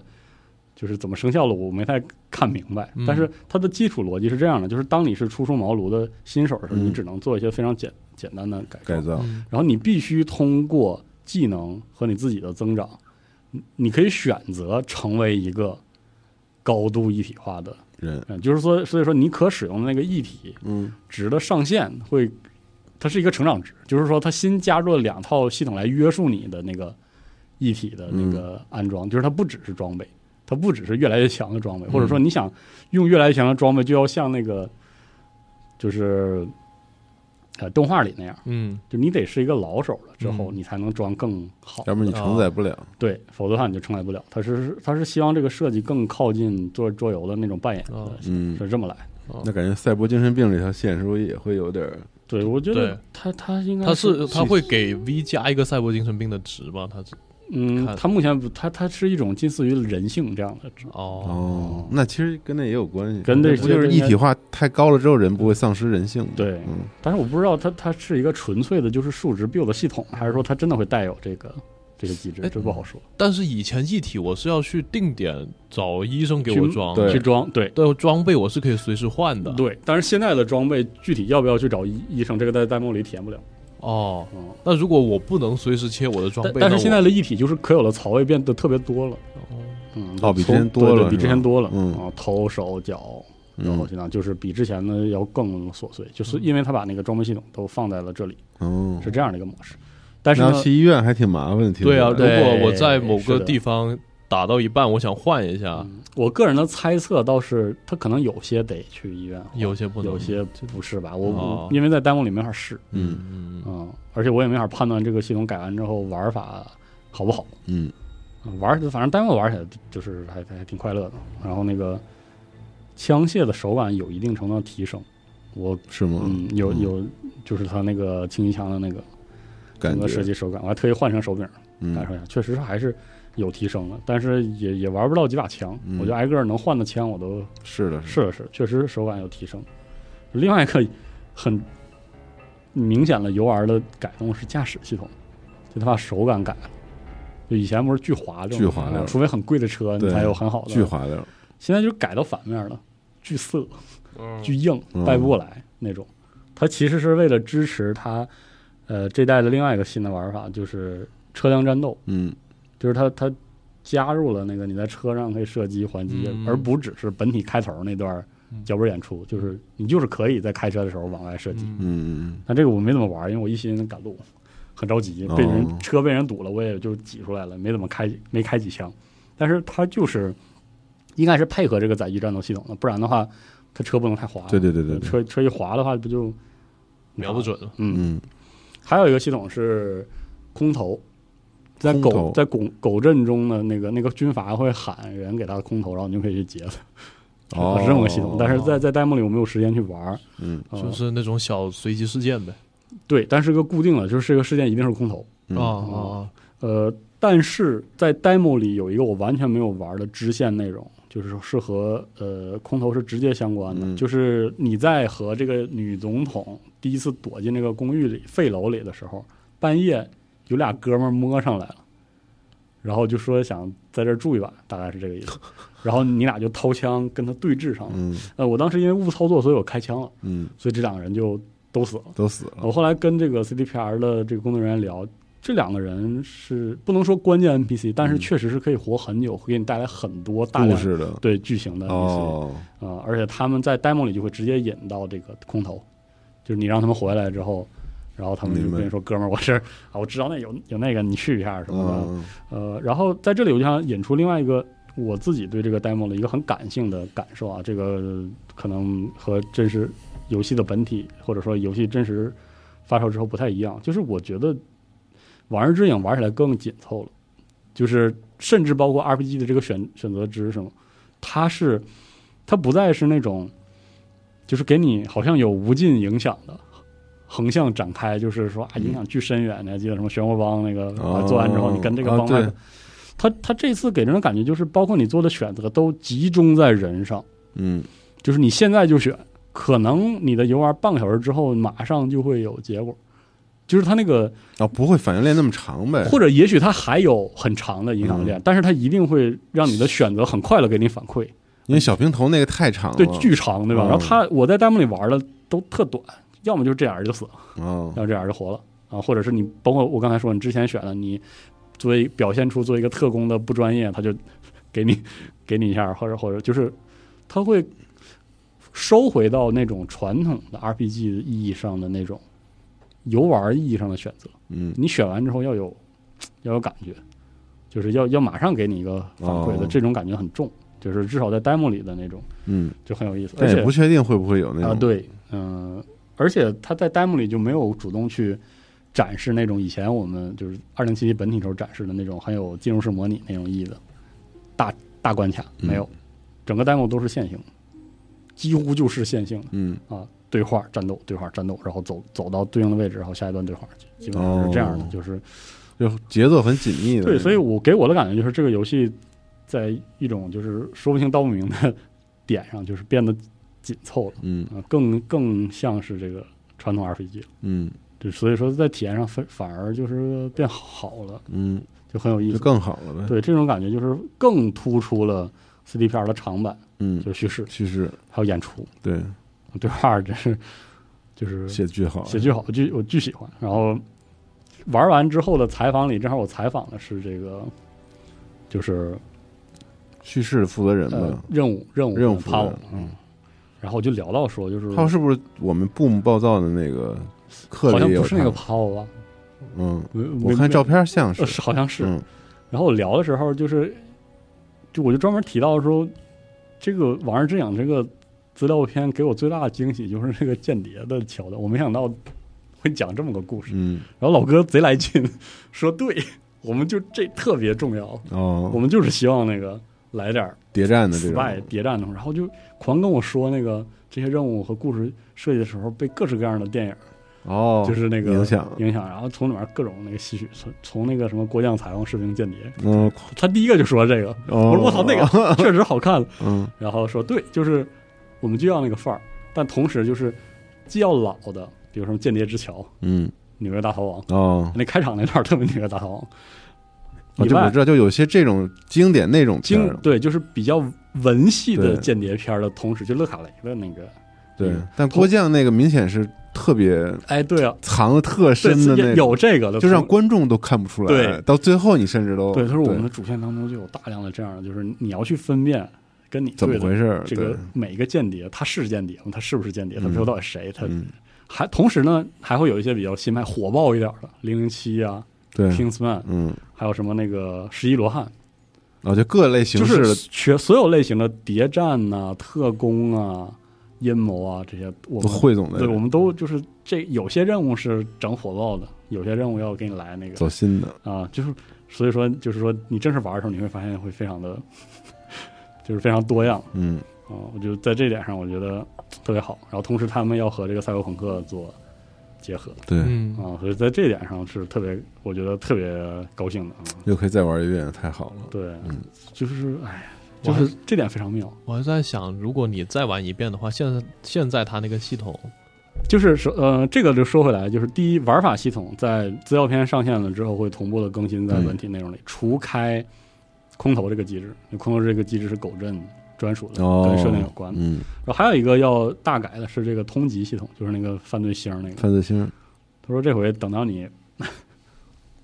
S2: 就是怎么生效了，我没太看明白。
S3: 嗯
S2: 但是它的基础逻辑是这样的，就是当你是初出茅庐的新手的时候，
S1: 嗯
S2: 你只能做一些非常简简单的改
S1: 改
S2: 造，
S1: 造，
S3: 嗯
S2: 然后你必须通过技能和你自己的增长，你你可以选择成为一个高度一体化的
S1: 人，
S2: 嗯，就是说，所以说你可使用的那个一体
S1: 嗯
S2: 值的上限会，它是一个成长值，就是说它新加入了两套系统来约束你的那个一体的那
S3: 嗯
S2: 个安装，就是它不只是装备，它不只是越来越强的装备，或者
S3: 嗯
S2: 说你想用越来越强的装备，就要像那个就是呃动画里那样，
S3: 嗯，
S2: 就你得是一个老手了之后，
S3: 嗯
S2: 你才能装更好，
S1: 要不然你承载不了，
S2: 对，否则的话你就承载不了。它是它是希望这个设计更靠近做桌游的那种扮演的
S3: 哦
S1: 嗯
S2: 是这么来。
S3: 哦
S1: 那感觉赛博精神病这条线是不是也会有点儿？
S2: 对，我觉
S3: 对
S2: 得他他应该
S3: 他
S2: 是
S3: 是他会给 V 加一个赛博精神病的值吧？他是
S2: 嗯
S3: 看，
S2: 他目前不，他他是一种近似于人性这样的值，
S3: 哦，
S1: 哦，那其实跟那也有关系，
S2: 跟那
S1: 不就是一体化太高了之后，人不会丧失人性吗？
S2: 对
S1: 嗯，
S2: 但是我不知道它它是一个纯粹的就是数值 build 的系统，还是说它真的会带有这个这个机制
S3: 哎，
S2: 这不好说。
S3: 但是以前一体我是要去定点找医生给我
S2: 去
S3: 装，
S1: 对
S2: 去装对
S3: 对，装备我是可以随时换的。
S2: 对，但是现在的装备具体要不要去找医医生，这个在弹幕里体验不了。
S3: 哦，
S2: 嗯，
S3: 那如果我不能随时切我的装
S2: 但
S3: 备，
S2: 但是
S3: 那
S2: 现
S3: 我
S2: 在的一体就是可有的槽位变得特别多了，
S3: 哦
S2: 嗯，
S1: 哦比之前
S2: 从
S1: 多
S2: 对
S1: 了
S2: 对比之
S1: 是吧
S2: 前多了，
S1: 嗯
S2: 啊，头手脚。然后
S1: 嗯，
S2: 尽量就是比之前的要更琐碎，就是因为他把那个装备系统都放在了这里，
S1: 哦，
S2: 是这样的一个模式。但是
S1: 那
S2: 呢
S1: 要，去医院还挺麻烦的，听
S3: 对啊，
S1: 起
S3: 如
S1: 来
S3: 果我在某
S2: 是
S3: 个
S2: 的
S3: 地方打到一半，我想换一下，
S2: 嗯我个人的猜测倒是他可能有些得去医院，
S3: 有些不能，
S2: 有些不是吧？我、
S3: 哦
S2: 我因为在弹幕里没法试，
S1: 嗯
S3: 嗯嗯
S2: 嗯，而且我也没法判断这个系统改完之后玩法好不好。
S1: 嗯，
S2: 嗯玩反正弹幕玩起来就是还还挺快乐的。然后那个枪械的手感有一定程度的提升，我
S1: 是吗？
S2: 嗯有
S1: 嗯
S2: 有就是它那个轻机枪的那个
S1: 感
S2: 整
S1: 觉
S2: 个设计手感，我还特意换成手柄感受
S1: 嗯
S2: 一下，确实是还是有提升的，但是也也玩不到几把枪，
S1: 嗯
S2: 我觉得挨个儿能换的枪我都
S1: 是的，
S2: 试了试，确实手感有提升。另外一个很明显的游玩的改动是驾驶系统，就他把手感改了。就以前不是巨滑溜吗，啊
S1: 巨滑溜
S2: 除非很贵的车你
S1: 对
S2: 才有很好的
S1: 巨。滑溜，
S2: 现在就改到反面了，巨涩、
S3: 嗯
S2: 巨硬
S1: 嗯，
S2: 掰不过来那种。它其实是为了支持它，呃，这代的另外一个新的玩法就是车辆战斗。
S1: 嗯
S2: 就是它它加入了那个你在车上可以射击还击，
S3: 嗯
S2: 而不只是本体开头那段脚本演出，就是你就是可以在开车的时候往外射击。
S3: 嗯
S1: 嗯嗯
S2: 但这个我没怎么玩，因为我一心赶路，很着急，被人、
S1: 哦
S2: 车被人堵了，我也就挤出来了，没怎么开没开几枪。但是它就是应该是配合这个载具战斗系统的，不然的话，它车不能太滑。
S1: 嗯，对对对对对，
S2: 车车一滑的话，不就
S3: 瞄不准了，
S2: 嗯，
S1: 嗯
S2: 还有一个系统是空投，在
S1: 空投
S2: 狗在狗狗阵中的那个那个军阀会喊人给他的空投，然后你就可以去截他，
S1: 哦
S2: 是这么个系统。但是在在弹幕里我没有时间去玩儿，
S1: 嗯
S2: 呃
S3: 就是那种小随机事件呗。
S2: 对，但是个固定的，就是这个事件一定是空投。
S1: 嗯
S3: 啊
S2: 哦
S3: 啊
S2: 呃，但是在 demo 里有一个我完全没有玩的支线内容，就是说是和呃空投是直接相关的，
S1: 嗯
S2: 就是你在和这个女总统第一次躲进这个公寓里废楼里的时候，半夜有俩哥们儿摸上来了，然后就说想在这儿住一晚，大概是这个意 思。然后你俩就掏枪跟他对峙上了。
S1: 嗯
S2: 呃，我当时因为误操作，所以我开枪了，
S1: 嗯，
S2: 所以这两个人就都死了。
S1: 都死了，
S2: 我后来跟这个 CDPR 的这个工作人员聊，这两个人是不能说关键 NPC，但是确实是可以活很久，会给你带来很多
S1: 嗯
S2: 大
S1: 故
S2: 量
S1: 事的
S2: 对剧情的 NPC 啊、
S1: 哦，
S2: 而且他们在 demo 里就会直接引到这个空投，就是你让他们回来之后。然后他们就
S1: 明白
S2: 跟你说：“哥们儿，我这儿啊，我知道那有有那个，你去一下什么的。
S1: 嗯
S2: 呃，然后在这里我就想引出另外一个我自己对这个 demo 的一个很感性的感受啊，这个可能和真实游戏的本体或者说游戏真实发售之后不太一样，就是我觉得《往日之影》玩起来更紧凑了，就是甚至包括 RPG 的这个选选择值什么，它是它不再是那种就是给你好像有无尽影响的。横向展开，就是说啊，影响巨深远。你还记得什么漩涡帮那个、
S1: 哦
S2: 做完之后，你跟这个
S1: 啊
S2: 帮派、
S1: 对
S2: 他他这次给人的感觉就是，包括你做的选择都集中在人上，
S1: 嗯
S2: 就是你现在就选，可能你的游玩半个小时之后，马上就会有结果。就是他那个，
S1: 啊，不会反应链那么长呗？
S2: 或者也许他还有很长的
S1: 嗯
S2: 影响链，但是他一定会让你的选择很快的给你反馈，
S1: 因为小平头那个太长了，
S2: 对，巨长，对吧？
S1: 嗯
S2: 然后他我在弹幕里玩的都特短，要么就是这样就死了，
S1: 哦
S2: 要么这样就活了啊，或者是你包括我刚才说你之前选的，你作为表现出作为一个特工的不专业，他就给你给你一下，或者或者就是他会收回到那种传统的 RPG 意义上的那种游玩意义上的选择。
S1: 嗯
S2: 你选完之后要有要有感觉，就是要要马上给你一个反馈的、
S1: 哦
S2: 这种感觉很重，就是至少在 demo 里的那种
S1: 嗯，
S2: 就很有意思，而
S1: 但
S2: 且
S1: 也不确定会不会有那
S2: 啊，
S1: 种
S2: 对，嗯、而且他在 demo 里就没有主动去展示那种以前我们就是二零七七本体时候展示的那种很有进入式模拟那种意义的大大关卡，没有，整个 demo 都是线性的，几乎就是线性的
S1: 嗯
S2: 啊，对话战斗，对话战斗，然后走走到对应的位置，然后下一段对话，基本上是这样的，
S1: 哦
S2: 就是
S1: 就节奏很紧密的那种。
S2: 对，所以我给我的感觉就是这个游戏在一种就是说不清道不明的点上，就是变得紧凑了，
S1: 嗯
S2: 啊，更更像是这个传统 RPG 了。
S1: 嗯
S2: 对，所以说在体验上反反而就是变好了，
S1: 嗯，
S2: 就很有意
S1: 就
S2: 思。
S1: 更好了呗。
S2: 对，这种感觉就是更突出了 CDPR 的长板，
S1: 嗯，
S2: 就是叙事
S1: 叙事
S2: 还有演出，
S1: 对
S2: 对话 真是就是
S1: 写的巨好，
S2: 写剧好，我巨我巨喜欢。然后玩完之后的采访里，正好我采访的是这个，就是
S1: 叙事负责人
S2: 呃
S1: 吧。
S2: 任务任务
S1: 任务负责
S2: 帕
S1: 人
S2: 嗯，然后我就聊到说，就是
S1: 他是不是我们 Boom 暴躁的那个课
S2: 好
S1: 里
S2: 像
S1: 也有
S2: 不是那个
S1: 他
S2: 帕奥吧？
S1: 嗯，
S2: 我
S1: 我看照片像是
S2: 呃，是好像是。
S1: 嗯
S2: 然后我聊的时候，就是就我就专门提到说，这个《往日之影》这个资料片给我最大的惊喜就是这个间谍的桥段，我没想到会讲这么个故事。
S1: 嗯
S2: 然后老哥贼来劲，说对，我们就这特别重要，我
S1: 哦，
S2: 们就是希望那个来点儿
S1: 谍战的这
S2: spy
S1: 种，
S2: 谍战的东西，然后就狂跟我说那个这些任务和故事设计的时候被各式各样的电影
S1: 哦，
S2: 就是那个
S1: 影响
S2: 影响，然后从里面各种那个吸取，从从那个什么国将、彩虹、士兵、间谍，
S1: 嗯，
S2: 他第一个就说这个，
S1: 哦
S2: 我说我操那个 确实好看，
S1: 嗯
S2: 然后说对，就是我们就要那个范儿，但同时就是既要老的，比如说《间谍之桥》《
S1: 嗯
S2: 纽约大逃亡》，
S1: 哦，
S2: 那开场那段儿特别《纽约大逃亡》
S1: 哦
S2: 以
S1: 就我
S2: 外
S1: 知，道，就有些这种经典那种片
S2: 经
S1: 儿，
S2: 对就是比较文戏的
S1: 对
S2: 间谍片儿的同时，就勒卡雷的那个，
S1: 对
S2: 嗯，
S1: 但郭将那个明显是特别
S2: 哎，对啊，
S1: 藏的特
S2: 对
S1: 深的那种，
S2: 有这个的同，
S1: 就让观众都看不出来。
S2: 对
S1: 到最后你甚至都
S2: 对，他说我们的主线当中就有大量的这样的，就是你要去分辨跟你
S1: 怎么
S2: 对的
S1: 回事儿？
S2: 这
S1: 对
S2: 个，每个间谍他是间谍吗？他是不是间谍？他
S1: 嗯
S2: 背后到底谁？他
S1: 嗯，
S2: 还同时呢，还会有一些比较新派、火爆一点的《零零七》啊，
S1: 对
S2: 《，Kingsman》，
S1: 嗯，
S2: 还有什么那个《十一罗汉
S1: 然后就各类》，形
S2: 就
S1: 式
S2: 是
S1: 的
S2: 学所有类型的谍战呐、特工啊、阴谋啊这些，我
S1: 都
S2: 们
S1: 汇总的，
S2: 对，我们都就是这有些任务是整火爆的，有些任务要给你来那个
S1: 走心的，
S2: 啊，就是所以说就是说你真是玩的时候，你会发现会非常的， 就是非常多样。
S1: 嗯
S2: 啊、我觉得在这点上，我觉得特别好。然后同时，他们要和这个赛博朋克做结合
S1: 对，
S3: 嗯，
S2: 啊、所以在这点上是特别，我觉得特别高兴的啊、
S1: 又可以再玩一遍，太好了。
S2: 对，
S1: 嗯
S2: 就是哎呀，
S3: 我
S2: 就
S3: 还
S2: 是这点非常妙。
S3: 我还在想，如果你再玩一遍的话，现在现在它那个系统，
S2: 就是说，呃，这个就说回来，就是第一，玩法系统在资料片上线了之后，会同步的更新在
S1: 嗯
S2: 文体内容里，除开空投这个机制，那空投这个机制是狗镇专属的，
S1: 哦，
S2: 嗯跟设定有关的。
S1: 嗯，
S2: 然后还有一个要大改的是这个通缉系统，就是那个犯罪星儿那个。
S1: 犯罪星，
S2: 他说这回等到你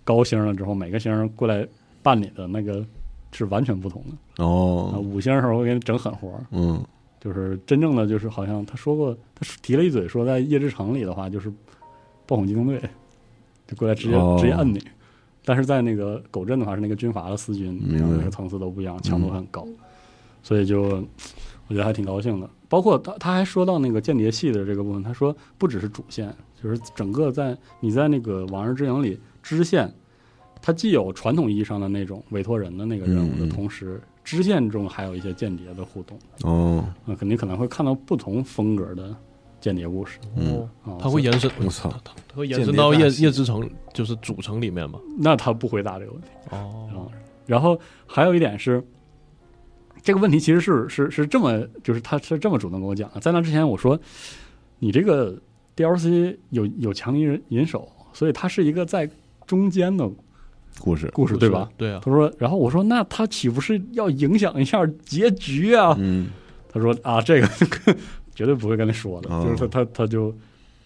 S2: 高星了之后，每个星过来办你的那个是完全不同的。啊，
S1: 哦，
S2: 五星的时候会给你整狠活儿，
S1: 嗯，
S2: 就是真正的就是好像他说过，他提了一嘴说在夜之城里的话就是暴恐机动队 就过来直接、
S1: 哦
S2: 直接摁你。但是在那个狗镇的话，是那个军阀的私军，
S1: 明白嗯
S2: 然后那个层次都不一样，强度很高，所以就我觉得还挺高兴的。包括他他还说到那个间谍系的这个部分，他说不只是主线，就是整个在你在那个《往日之影》里支线，它既有传统意义上的那种委托人的那个任务
S1: 嗯
S2: 的
S1: 嗯
S2: 同时，支线中还有一些间谍的互动，
S1: 哦，
S2: 那啊肯定可能会看到不同风格的间谍故事
S1: 嗯
S3: 哦
S2: 啊。
S3: 它
S2: 所
S3: 会
S2: 以
S3: 延伸，
S1: 我操，
S3: 它它会延伸
S1: 间谍
S3: 到
S1: 大
S3: 夜
S1: 戏
S3: 夜之城，就是主城里面嘛。
S2: 那他不回答这个问题啊
S3: 哦，。
S2: 然后还有一点是，这个问题其实是是是这么，就是他是这么主动跟我讲的。在那之前我说，你这个 DLC 有有强力引手，所以它是一个在中间的
S1: 故事，
S2: 故事，对吧？？
S3: 对啊，
S2: 他说，然后我说，那他岂不是要影响一下结局啊？
S1: 嗯，
S2: 他说啊，这个 绝对不会跟你说的，
S1: 哦
S2: 就是他他他就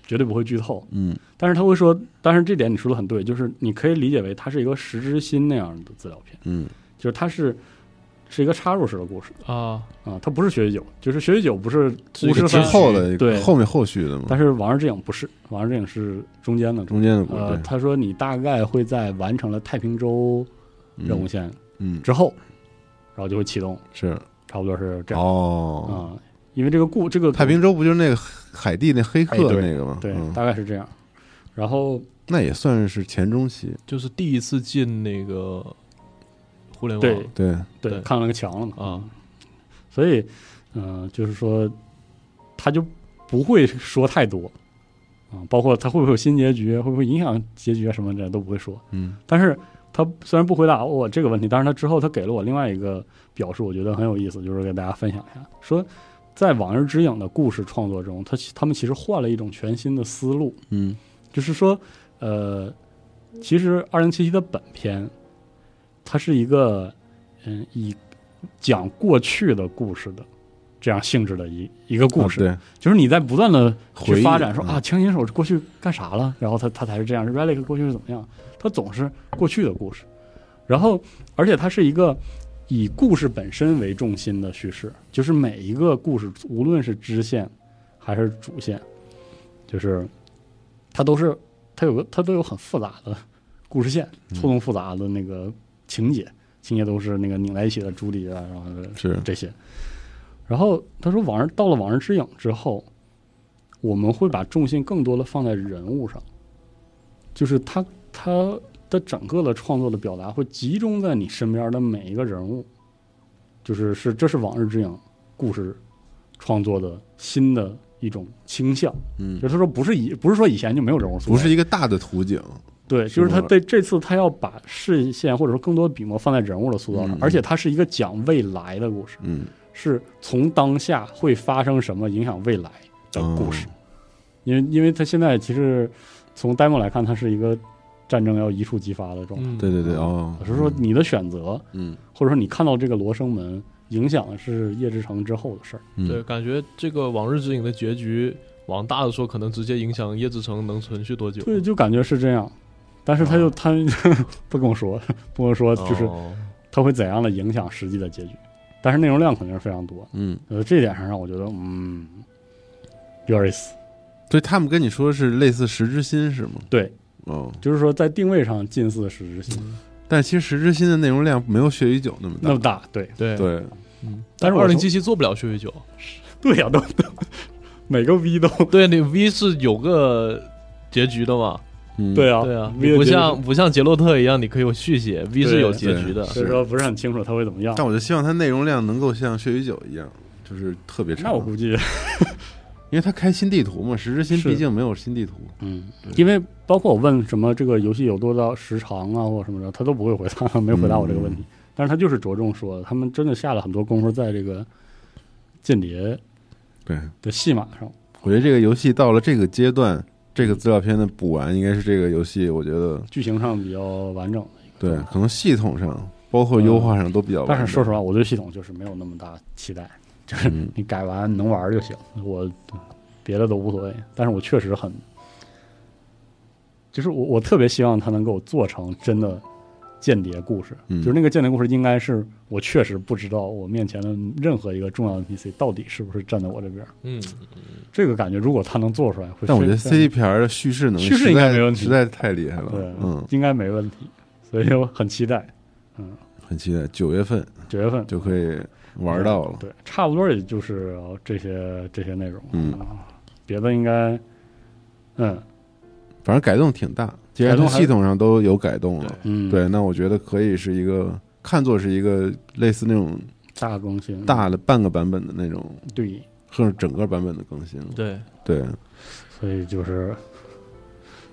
S2: 绝对不会剧透，
S1: 嗯，
S2: 但是他会说，但是这点你说的很对，就是你可以理解为它是一个十之心那样的资料片，
S1: 嗯，
S2: 就是它是是一个插入式的故事
S3: 啊，
S2: 啊，它不是学习酒，就是学习酒不是
S3: 是一
S2: 巫师
S3: 个
S1: 之
S2: 三
S3: 结，
S1: 后的
S2: 对
S1: 后面后续的嘛，
S2: 但是王二之影不是，王二之影是中间的。
S1: 中间的故
S2: 呃
S1: 事，，
S2: 他说你大概会在完成了太平洲
S1: 对
S2: 任务，线
S1: 嗯，嗯
S2: 之后，然后就会启动，
S1: 是
S2: 差不多是这样啊、
S1: 哦，
S2: 因为这个故这个
S1: 太平洲嗯不就是那个海地那黑客
S2: 哎对
S1: 那个吗？
S2: 对
S1: 嗯，
S2: 大概是这样。然后
S1: 那也算是前中期，
S3: 就是第一次进那个互联网，
S2: 对
S1: 对，
S2: 对
S3: 对
S2: 看到那个墙了嘛
S3: 啊，
S2: 所以嗯、呃就是说他就不会说太多啊，包括他会不会有新结局，会不会影响结局啊什么的都不会说。
S1: 嗯
S2: 但是他虽然不回答我这个问题，但是他之后他给了我另外一个表述，我觉得很有意思，就是给大家分享一下，说在《往日之影》的故事创作中，他其他们其实换了一种全新的思路，
S1: 嗯
S2: 就是说，呃，其实二零七七的本片，它是一个嗯以讲过去的故事的这样性质的一一个故事，
S1: 啊
S2: 就是你在不断的去
S1: 回忆
S2: 发展说
S1: 嗯
S2: 啊，枪琴手过去干啥了，然后他他才是这样，relic 过去是怎么样，他总是过去的故事，然后而且它是一个以故事本身为重心的叙事，就是每一个故事无论是支线还是主线，就是它都是它有个它都有很复杂的故事线，
S1: 嗯
S2: 错综复杂的那个情节，情节都是那个拧在一起的朱迪啊，然后
S1: 对嗯是
S2: 这些。然后他说，往日到了《往日之影》之后，我们会把重心更多的放在人物上，就是他他的整个的创作的表达会集中在你身边的每一个人物，就是是这是《往日之影》故事创作的新的一种倾向。
S1: 嗯
S2: 就是他说不是以不是说以前就没有人物塑造，
S1: 不是一个大的图景，
S2: 对，
S1: 是
S2: 就是他
S1: 吧
S2: 对这次他要把视线或者说更多的笔墨放在人物的塑造上，
S1: 嗯
S2: 而且它是一个讲未来的故事，
S1: 嗯
S2: 是从当下会发生什么影响未来的
S3: 嗯
S2: 故事。
S1: 哦
S2: 因为因为他现在其实从 demo 来看，它是一个战争要一触即发的状态。
S3: 嗯
S1: 对对对哦，
S2: 我是说你的选择，
S1: 嗯
S2: 或者说你看到这个罗生门，影响的是叶之城之后的事儿。
S1: 嗯
S3: 对，感觉这个《往日之影》的结局，往大的说，可能直接影响叶之城能存续多久。
S2: 对，就感觉是这样。但是他就、他 不跟我说， 不跟我说，就是
S3: 啊哦
S2: 它会怎样的影响实际的结局。但是内容量肯定是非常多，
S1: 嗯，
S2: 呃，这一点上让我觉得，嗯，有点意思。
S1: 所以他们跟你说是类似《十之心》是吗？
S2: 对，
S1: 哦，
S2: 就是说在定位上近似十之心
S1: 但是其实《十之心》的内容量没有《血与酒》那么
S2: 那
S1: 大
S2: 么，大，对
S3: 对，
S1: 对，
S2: 但是我说
S3: 二零七七做不了 血与酒。
S2: 对呀、都都每个 V 都
S3: 对，你 V 是有个结局的嘛？
S1: 嗯
S2: 对啊，
S3: 对啊，
S2: V
S3: 你
S2: 的
S3: 不
S2: 结局
S3: 像不像杰洛特一样，你可以有续写，V 是有结局的。
S2: 所以说不是很清楚它会怎么样。
S1: 但我就希望它内容量能够像《血与酒》一样，就是特别
S2: 那
S1: 长
S2: 我，估计，
S1: 因为它开新地图嘛，《十之心》
S2: 是
S1: 毕竟没有新地图，
S2: 嗯，因为包括我问什么这个游戏有多少时长啊，或者什么的，他都不会回答，没有回答我这个问题。
S3: 嗯
S2: 但是他就是着重说，他们真的下了很多功夫在这个间谍
S1: 对，
S2: 的戏码上。
S1: 我觉得这个游戏到了这个阶段，这个资料片的补完应该是这个游戏，我觉得
S2: 剧情上比较完整。
S1: 对，可能系统上包括优化上都比较完整。
S2: 嗯但是说实话，我对系统就是没有那么大期待，就是
S1: 嗯
S2: 你改完能玩就行，我别的都无所谓。但是我确实很，就是我我特别希望他能给我做成真的间谍故事，
S1: 嗯
S2: 就是那个间谍故事应该是我确实不知道我面前的任何一个重要的 NPC 到底是不是站在我这边儿，
S3: 嗯，
S2: 这个感觉如果他能做出来，会
S1: 但我觉得
S2: 非常
S1: CD 片儿的叙事能力
S2: 叙事
S1: 实
S2: 应该
S1: 在
S2: 没问题
S1: 实在太厉害了
S2: 对，，
S1: 嗯，
S2: 应该没问题，所以我很期待
S1: 很期待九月份
S2: 九月份
S1: 就可以玩到了。
S2: 嗯对，差不多也就是呃这些这些内容。
S1: 嗯
S2: 啊，别的应该，嗯
S1: 反正改动挺大，既然
S2: 改
S1: 它
S2: 动还
S1: 系统上都有改动了，
S2: 嗯，，
S1: 对，那我觉得可以是一个看作是一个类似那种
S2: 大更新，
S1: 大的半个版本的那种，
S2: 对，
S1: 或者整个版本的更新了。
S3: 对。
S1: 对，
S2: 所以就是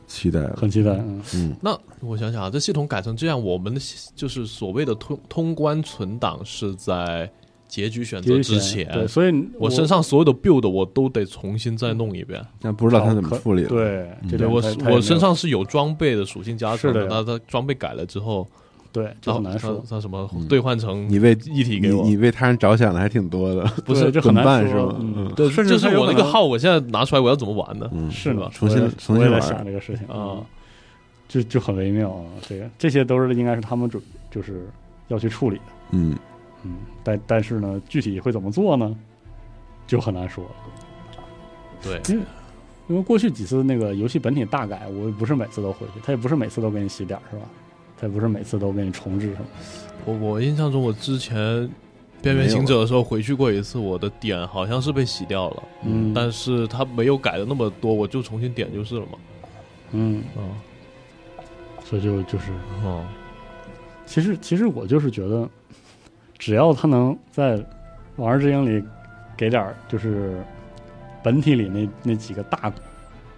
S1: 期待了。
S2: 很期待。嗯，
S1: 嗯，
S3: 那我想想啊，这系统改成这样，我们的系就是所谓的通通关存档是在结局选择
S2: 接
S3: 之
S2: 下来对，
S3: 前，
S2: 所以
S3: 我身上所有的 build 我都得重新再弄一遍。
S1: 但不知道他怎么处理了。
S2: 对
S1: 嗯
S2: 这
S3: 对
S2: 点
S3: 我
S2: 他
S3: 是
S2: 他也没有
S3: 我身上是有装备的属性加
S2: 是
S3: 成
S2: 的
S3: 它它装备改了之后，
S2: 对就
S3: 然后
S2: 很难说，
S3: 它它什么
S1: 嗯
S3: 兑换成
S1: 你为
S3: 一体
S1: 你
S3: 给我
S1: 你，为他人着想的还挺多的，
S3: 不是
S2: 对这
S1: 怎
S2: 很
S1: 么办
S2: 难
S1: 是
S2: 说
S1: 吗？
S2: 嗯，
S1: 嗯
S3: 对，
S2: 甚至
S3: 就是
S2: 它有
S3: 我那
S2: 可
S3: 个
S2: 能
S3: 号，我现在拿出来我要怎么玩呢？
S1: 嗯，
S2: 是
S3: 是吧
S2: 的，
S1: 重新
S2: 我也
S1: 重新
S2: 我也在
S1: 玩
S2: 想这个事情嗯
S3: 啊，
S2: 就就很微妙啊。这个这些都是应该是他们准就是要去处理的。
S1: 嗯，
S2: 嗯，但但是呢，具体会怎么做呢，就很难说了。
S3: 对，
S2: 因为过去几次那个游戏本体大改，我也不是每次都回去，它也不是每次都给你洗点儿，是吧？它也不是每次都给你重置什么。
S3: 我我印象中我之前。边缘行者的时候回去过一次，我的点好像是被洗掉了，
S2: 嗯
S3: 但是它没有改的那么多，我就重新点就是了嘛。
S2: 嗯，
S3: 啊，
S2: 所以就就是，
S3: 哦，
S2: 其实其实我就是觉得，只要它能在《往日之影》里给点儿就是本体里那那几个大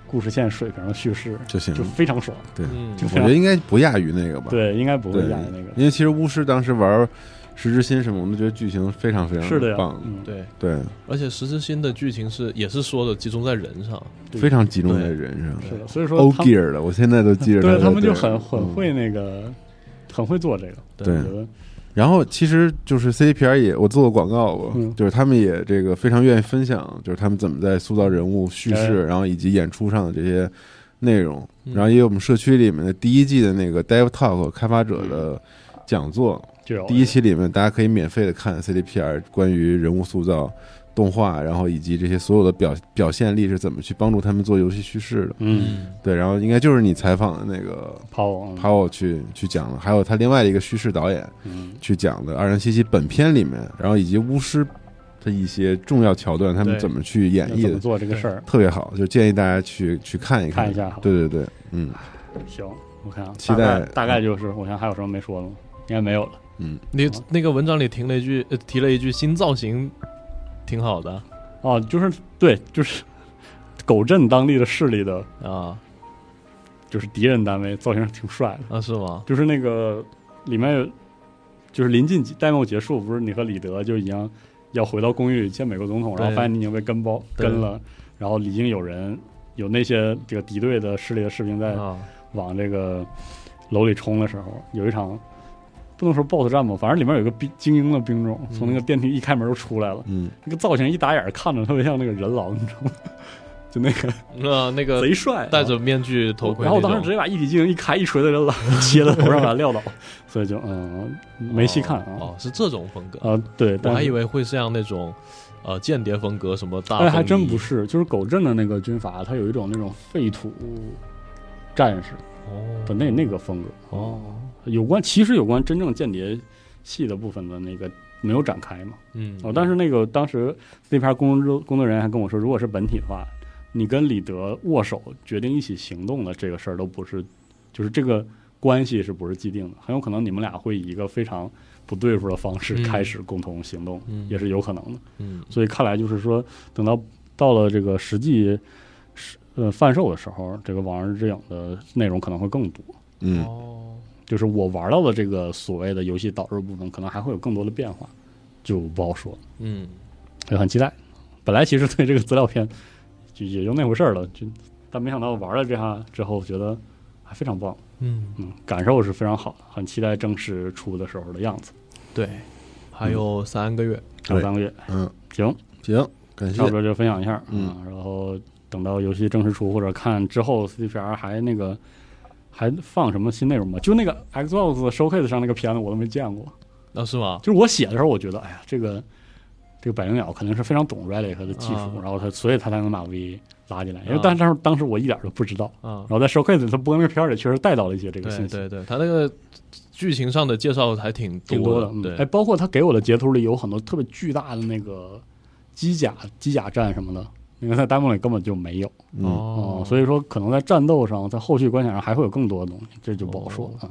S2: 故事线水平的叙事，
S1: 就行
S2: 就非常爽。
S1: 对，
S3: 嗯
S2: 就
S1: 我觉得应该不亚于那个吧。
S2: 对，应该不会
S1: 嗯对
S2: 压那个。
S1: 因为其实巫师当时玩《十之心》什么，我们觉得剧情非常非常
S2: 是的呀，
S1: 棒，
S2: 嗯，
S3: 对，
S1: 对，
S3: 而且十之心的剧情是也是说的集中在人上，
S2: 对
S1: 非常集中在人上。
S2: 是的。所以
S1: O
S2: 说他们
S1: gear 的，我现在都记着
S2: 对
S1: 的
S2: 他们就
S1: 地儿
S2: 很很。
S1: 嗯
S2: 会那个，很会做这个。
S1: 对
S2: 我觉得
S1: 然后其实就是 CDPR 也我做过广告过
S2: 嗯，
S1: 就是他们也这个非常愿意分享，就是他们怎么在塑造人物、叙事，
S2: 哎
S1: 然后以及演出上的这些内容。
S3: 嗯
S1: 然后也有我们社区里面的第一季的那个 Dev Talk 开发者的讲座，
S2: 就有
S1: 第一期里面，大家可以免费的看 CDPR 关于人物塑造、动画，然后以及这些所有的表表现力是怎么去帮助他们做游戏叙事的。
S2: 嗯，
S1: 对，然后应该就是你采访的那个
S2: 抛嗯网
S1: p，a o 去去讲了，还有他另外一个叙事导演
S2: 嗯，
S1: 去讲的《二零七七》本片里面，然后以及巫师的一些重要桥段，他们
S3: 对
S1: 怎么去演
S2: 要
S1: 绎
S2: 怎么
S1: 的，
S2: 做这个事儿？
S1: 特别好，就建议大家去去看一
S2: 看一下好
S1: 对对对，嗯
S2: 行，我看啊，
S1: 期
S2: 大概
S1: 待
S2: 大概就是，我想还有什么没说的吗？应该没有了。
S1: 嗯，
S3: 你那个文章里停了一句，呃提了一句新造型挺好的
S2: 哦，就是对，就是狗镇当地的势力的，
S3: 啊
S2: 就是敌人单位，造型挺帅的。
S3: 啊是吗？
S2: 就是那个里面有，就是临近代幕结束，不是你和李德就已经要回到公寓里见美国总统，
S3: 对
S2: 然后发现你已经被跟包
S3: 对
S2: 跟了，然后已经有人有那些这个敌对的势力的士兵在
S3: 啊，
S2: 往这个楼里冲的时候，有一场不能说 BOSS 战吧，反正里面有一个兵精英的兵种，从那
S3: 嗯
S2: 个电梯一开门就出来了，
S1: 嗯，
S2: 那个造型一打眼儿看着特别像那个人狼，你知道吗？ 就那个
S3: 那那个
S2: 贼帅、
S3: 呃
S2: 啊
S3: 戴。着面具头盔
S2: 然
S3: 那
S2: 后
S3: 种，
S2: 我当时直接把一体技能一开，一锤子 人狼切到头上，把他撂倒，所以就嗯没细看啊
S3: 哦，哦是这种风格，
S2: 啊对，
S3: 我
S2: 但
S3: 还以
S2: 是
S3: 为会像那种呃间谍风格什么大
S2: 哎
S3: 风衣，
S2: 还真不是，就是狗镇的那个军阀，他有一种那种废土战士
S3: 哦
S2: 的那那个风格
S3: 哦，
S2: 有关其实有关真正间谍戏的部分的那个没有展开嘛。
S3: 嗯，
S2: 哦，但是那个当时那盘工作工作人员还跟我说，如果是本体的话，你跟李德握手决定一起行动的这个事儿都不是，就是这个关系是不是既定的？很有可能你们俩会以一个非常不对付的方式
S3: 嗯
S2: 开始共同行动，
S3: 嗯
S2: 也是有可能的。
S3: 嗯
S2: 所以看来就是说，等到到了这个实际是呃贩售的时候，这个《往日之影》的内容可能会更多。
S1: 嗯，
S3: 哦
S2: 就是我玩到的这个所谓的游戏导入部分，可能还会有更多的变化，就不好说。
S3: 嗯
S2: 也很期待。本来其实对这个资料片就也就那回事儿了，就但没想到玩了这下之后，觉得还非常棒，
S3: 嗯
S2: 嗯，感受是非常好的，很期待正式出的时候的样子。
S3: 对，还有三个月，
S2: 还有三个月，
S1: 嗯，
S2: 行，
S1: 行，感谢
S2: 差不，多就分享一下，
S1: 嗯
S2: 啊，然后等到游戏正式出或者看之后，CPR 还那个还放什么新内容吗？就那个 Xbox Showcase 上那个片子我都没见过，
S3: 那哦是吗？
S2: 就是我写的时候，我觉得，哎呀，这个这个百灵鸟肯定是非常懂 Relic 的技术，
S3: 啊
S2: 然后他所以他才能把 V 拉进来，因为
S3: 啊
S2: 当时当时我一点都不知道，
S3: 啊
S2: 然，后在 Showcase 他播那个片儿里确实带到了一些哦这个
S3: 对
S2: 信息，
S3: 对对，他那个剧情上的介绍还挺
S2: 挺多
S3: 的，
S2: 嗯哎，
S3: 对，
S2: 包括他给我的截图里有很多特别巨大的那个机甲机甲战什么的，那个在弹幕里根本就没有
S1: 嗯，
S2: 哦、
S3: 哦，
S2: 所以说可能在战斗上，在后续观点上还会有更多的东西，这就不好
S3: 哦
S2: 说了。嗯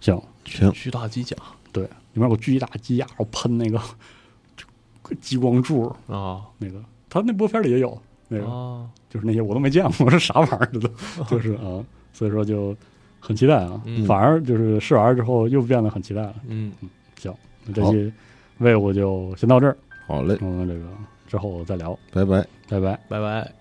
S2: 行，
S1: 行，
S3: 巨大机甲
S2: 对，里面有个巨大机甲，然后喷那个 就激光柱，
S3: 啊
S2: 那个，他那播片里也有那个，
S3: 啊，
S2: 就是那些我都没见过，是啥玩意儿这都，就是啊，所以说就很期待啊。
S3: 嗯
S2: 反而就是试玩之后又变得很期待了。
S3: 嗯，
S2: 那这期魏我就先到这儿，
S1: 好嘞，
S2: 我们这个之后再聊，
S1: 拜拜。
S2: 拜拜。
S3: 拜拜。